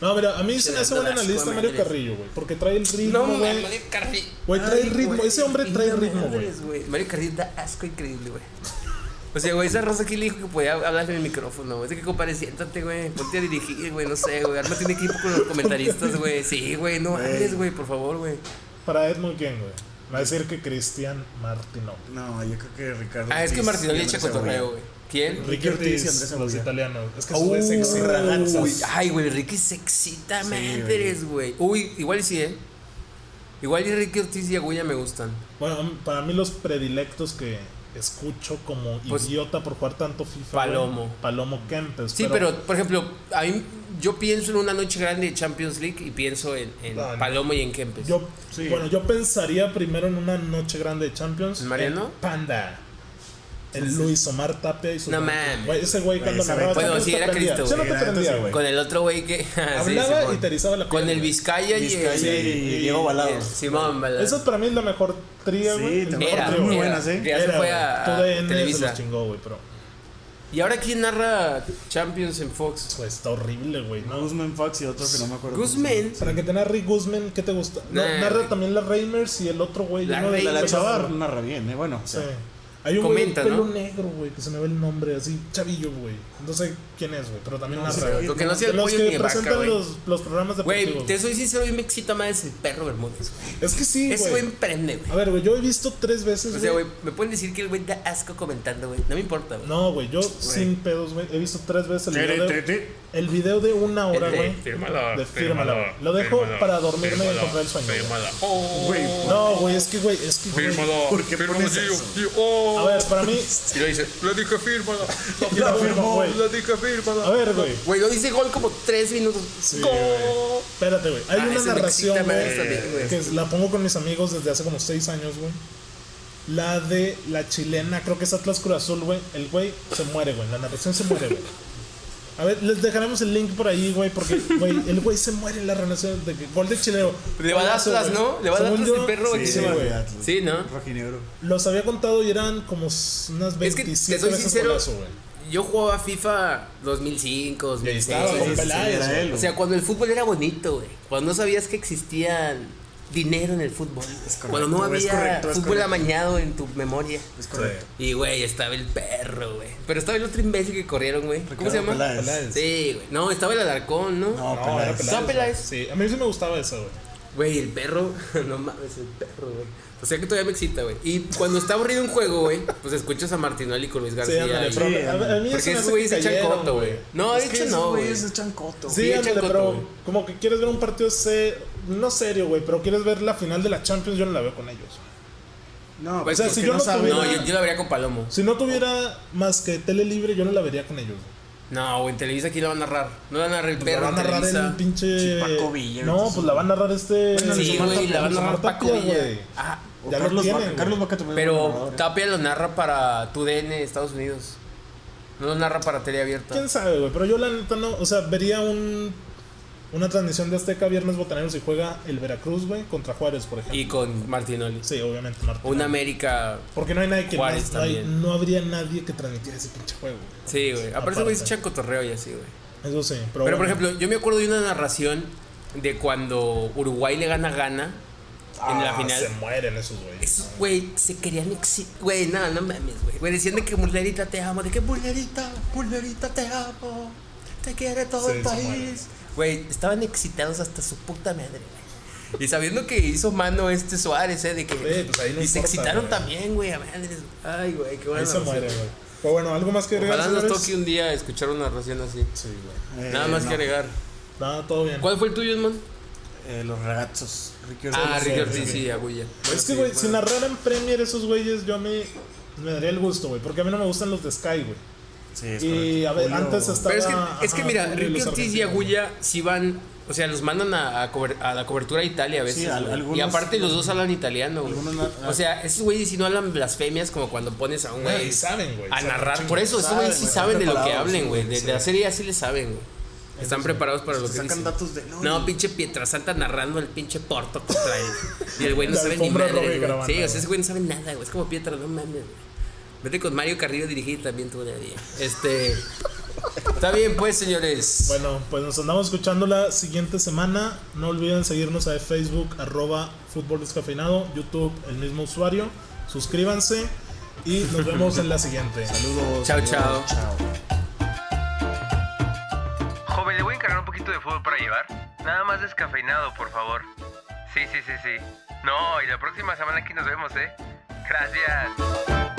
No, mira, a mí se me hace buen
Asco,
analista
madre.
Mario Carrillo, güey. Porque trae el ritmo,
No,
güey.
Mario Carrillo.
Güey, trae
Ay,
ritmo,
güey,
ese hombre trae ritmo, güey.
madres, Mario Carrillo da asco increíble, güey. O sea, güey, esa rosa aquí le dijo que podía hablar en el micrófono, güey. Es que compadre, siéntate, güey. Ponte a dirigir, güey, no sé, güey. Ármate un equipo con los comentaristas, güey. Sí, güey, no hables, güey, por favor, güey.
Para Edmund, ¿quién, güey? Me va a decir que Cristian Martino.
No, yo creo que Ricardo.
Ah, es que
Ortiz
Martín
y
le echa
Andrés Aguirre.
cotorreo, güey. ¿Quién?
Ricky
Ortiz y
Ortiz,
Andrés
los
Aguirre.
italianos. Es que sube sexy ragazos.
Uy, ay, güey, Ricky se excita, madres, güey. Uy, igual y sí, ¿eh? Igual y Ricky Ortiz y Agulla me gustan.
Bueno, para mí los predilectos que escucho como
Pues,
idiota por jugar tanto FIFA. güey,
Palomo.
Palomo Kempes.
Sí, pero, por ejemplo, a mí, yo pienso en una noche grande de Champions League y pienso en, en
No, no.
Palomo y en Kempes.
Yo,
Sí.
Bueno, yo pensaría primero en una noche grande de Champions.
¿En Mariano?
en Panda. El Luis Omar Tapia y su.
No
grupo.
mames.
Güey, ese güey cuando
ese güey-
narraba
Bueno,
Champions
sí,
te
era
prendía.
Cristo,
Sí, no
güey.
te
Era
prendía,
entonces,
güey.
Con el otro güey que... Sí,
Hablaba
Simón.
y te erizaba la
Con
piel,
el
güey.
Vizcaya y
Vizcaya
el...
y Diego
el
Balados.
Simón Balado.
Esa para mí es la mejor tría,
Sí,
güey. el
también.
mejor
era,
trío,
muy
güey.
era,
buenas, ¿eh?
Ya se
Era,
fue
güey.
a
Todo DN se
Televisa.
los chingó, güey, pero.
¿Y ahora quién narra Champions en Fox?
Pues está horrible, güey, ¿no?
Guzmán Fox y otro que no me acuerdo. cómo se llama.
Guzmán.
Para que te narre Guzmán, ¿qué te gusta? No,
Nah,
narra
güey.
también la Reimers y el otro güey.
La
uno de
La
Reimers.
Chavar.
chavar narra bien, eh. Bueno, o
Sí.
sea,
Hay un
Comenta,
güey, de pelo
¿no?
negro, güey, que se me ve el nombre, así, chavillo, güey. No sé quién es, güey, pero también
No
narra,
sé,
güey.
Lo que no sea
De
el
los
pollo ni
que
vaca,
presentan
güey.
los, los programas deportivos.
Güey, te soy sincero, a mí me excita más el perro Bermúdez, güey.
Es que sí,
Ese güey
güey.
emprende, güey.
A ver, güey, yo he visto tres veces,
O sea, güey, me pueden decir que el güey da asco comentando, güey. No me importa, güey.
No, güey, yo sin pedos, güey. He visto tres veces el video
Te-
de,
te-
el video de una hora,
El de
güey.
Fírmala.
De fírmala. Lo dejo para dormirme y encontrar el sueño.
Fírmala. Oh,
Güey,
No, güey, es que, güey, es que. güey.
fírmala.
¿por qué
fírmala,
pones
tío,
eso?
tío, oh.
A ver, para mí.
Y le dice, le dije fírmala.
la
firmó,
güey.
Le dije fírmala.
A ver, güey.
Güey, lo dice gol como tres minutos.
Sí,
¡Gol!
güey. Espérate, güey. Hay
Ah,
una
ese me
narración,
excita más
güey,
también, güey.
que es- la pongo con mis amigos desde hace como seis años, güey. La de la chilena, creo que es Atlas Cruz Azul, güey. El güey se muere, güey. La narración se muere, güey. A ver, les dejaremos el link por ahí, güey, porque, güey, el güey se muere en la relación de que gol de chileo.
Le va a dar
Golazo,
Atlas,
güey.
¿no? Le va a dar
Según
Atlas
yo,
el perro, güey.
Sí, güey.
Sí, ¿no?
Rojinegro.
Los había contado y eran como s- unas
Es que
27
te soy
veces
sincero.
golazo, güey.
Yo jugaba FIFA 2005,
Y ahí
2006.
estaba
sí,
con
sí,
Peláez,
era
güey.
él,
O sea, cuando el fútbol era bonito, güey. Cuando no sabías que existía dinero en el fútbol. cuando no
correcto, es
había
correcto, es
fútbol
correcto.
amañado en tu memoria.
Es correcto.
Y, güey, estaba el perro, güey. Pero estaba el otro imbécil que corrieron, güey. ¿Cómo
Ricardo
se llama?
Peláez.
Peláez.
Sí, güey. No, estaba el Alarcón, ¿no?
No,
No, Peláez.
era Peláez.
Estaba Peláez.
Sí, a mí sí me gustaba esa, güey.
Güey, el perro. no mames, el perro, güey. O sea que todavía me excita, güey. Y cuando está aburrido un juego, güey, pues escuchas a Martinoli con Luis
Sí,
García.
ándale,
y-
pero a- a mí
porque
se me
esos
hace
güeyes
que
echan
cayeron,
coto, güey. No, de
Es que
hecho
esos
no, güey.
güeyes echan coto.
Sí,
Sí,
ándale,
Chacoto,
pero
güey.
como que quieres ver un partido se- no serio, güey, pero quieres ver la final de la Champions, yo no la veo con ellos.
No,
Pues, o
pues
sea,
es
si
que
yo
no
no
sabe.
tuviera-
No, yo, yo la vería con Palomo.
Si no tuviera más que tele libre, yo no la vería con ellos. güey.
No, güey, en Televisa aquí la van a narrar. No la narra el
La
perro
va a
en
narrar
Televisa.
el pinche.
Paco Villa,
No,
entonces,
pues la va a narrar este.
Sí,
Marta-
güey, la van a
Marta
narrar Paco
Tapia,
Villa.
güey.
Ah,
O
Ya lo
Carlos,
tienen,
Vaca-
güey.
Carlos Vaca también es un
pero
narrador. ¿eh?
Tapia lo narra para TUDN Estados Unidos. No lo narra para Teleabierta.
¿Quién sabe, güey? Pero yo la neta no. O sea, vería un. Una transmisión de Azteca viernes botaneros y juega el Veracruz, güey, contra Juárez, por ejemplo.
Y con Martinoli.
Sí, obviamente, Marta.
Un América.
Porque no hay nadie que
Juárez
no, hay-
también.
no habría nadie que transmitiera ese pinche juego.
Sí, güey. Aparte, güey, se
Aparte.
echa cotorreo y así, güey.
Eso sí, pero,
Pero, por
bueno.
ejemplo, yo me acuerdo de una narración de cuando Uruguay le gana a Ghana en la
Ah,
final.
se mueren esos güeyes.
Esos güey se querían exi- Güey, no, no mames, güey. Güey, decían de que Mulerita te amo. De que Mulerita, Mulerita te amo. Te quiere todo
Sí,
el
se mueren.
país. Güey, estaban excitados hasta su puta madre, güey. Y sabiendo que hizo mano este Suárez, ¿eh? De que,
Güey, pues ahí no
y se
importa,
excitaron
güey.
también, güey, a madres. Ay, güey, qué buena
Ahí se
narración.
mueren, güey. Pero bueno, algo más que agregar.
Ojalá nos
señores?
toque un día escuchar una narración así.
Sí, güey.
Eh,
Nada más
no.
que agregar.
Nada, todo bien.
¿Cuál fue el tuyo, hermano?
Eh, los ragazos. Ricky Ortiz.
Ah,
sí,
Ricky
sí,
Ortiz,
sí.
sí, Aguilla.
Es que, güey, si narraran Premier esos güeyes, yo a mí me daría el gusto, güey. Porque a mí no me gustan los de Sky, güey.
Sí, es
Y
correcto.
a ver,
Julio-
antes estaba.
Pero es que, es que
ajá,
mira,
Julio
Ricky
Luis
Ortiz y
Argentino.
Agulla sí van, o sea, los mandan a, a cober- a la cobertura a Italia a veces.
Sí, al-
güey.
algunos-
y aparte los dos hablan italiano, güey.
Algunos na-
O sea, esos güeyes sí no hablan blasfemias como cuando pones a un
Güey,
güey
saben, güey,
a
saben,
narrar.
chingo.
Por eso, esos
Saben,
güeyes sí
güey,
saben de lo que
preparados,
hablen, güey.
sí,
De,
sí.
de la serie así le saben, güey. Están preparados para lo que
Sacan
dicen.
datos de.
No, pinche Pietrasanta narrando el pinche Porto contra él. Y el güey no
La
sabe ni
alfombra
madre,
roja y
güey.
gravana,
Sí, o sea,
güey.
ese güey no sabe nada, güey. Es como Pietra, no mames, güey. Vete con Mario Carrillo a dirigir también tú, nadie. Este. Está bien, pues, señores.
Bueno, pues nos andamos escuchando la siguiente semana. No olviden seguirnos a Facebook, arroba Fútbol Descafeinado, YouTube, el mismo usuario. Suscríbanse y nos vemos en la siguiente.
Saludos.
Chao,
saludos,
chao.
Chao.
Joven, le voy a encargar un poquito de fútbol para llevar. Nada más descafeinado, por favor. Sí, sí, sí, sí. No, y la próxima semana aquí nos vemos, ¿eh? Gracias.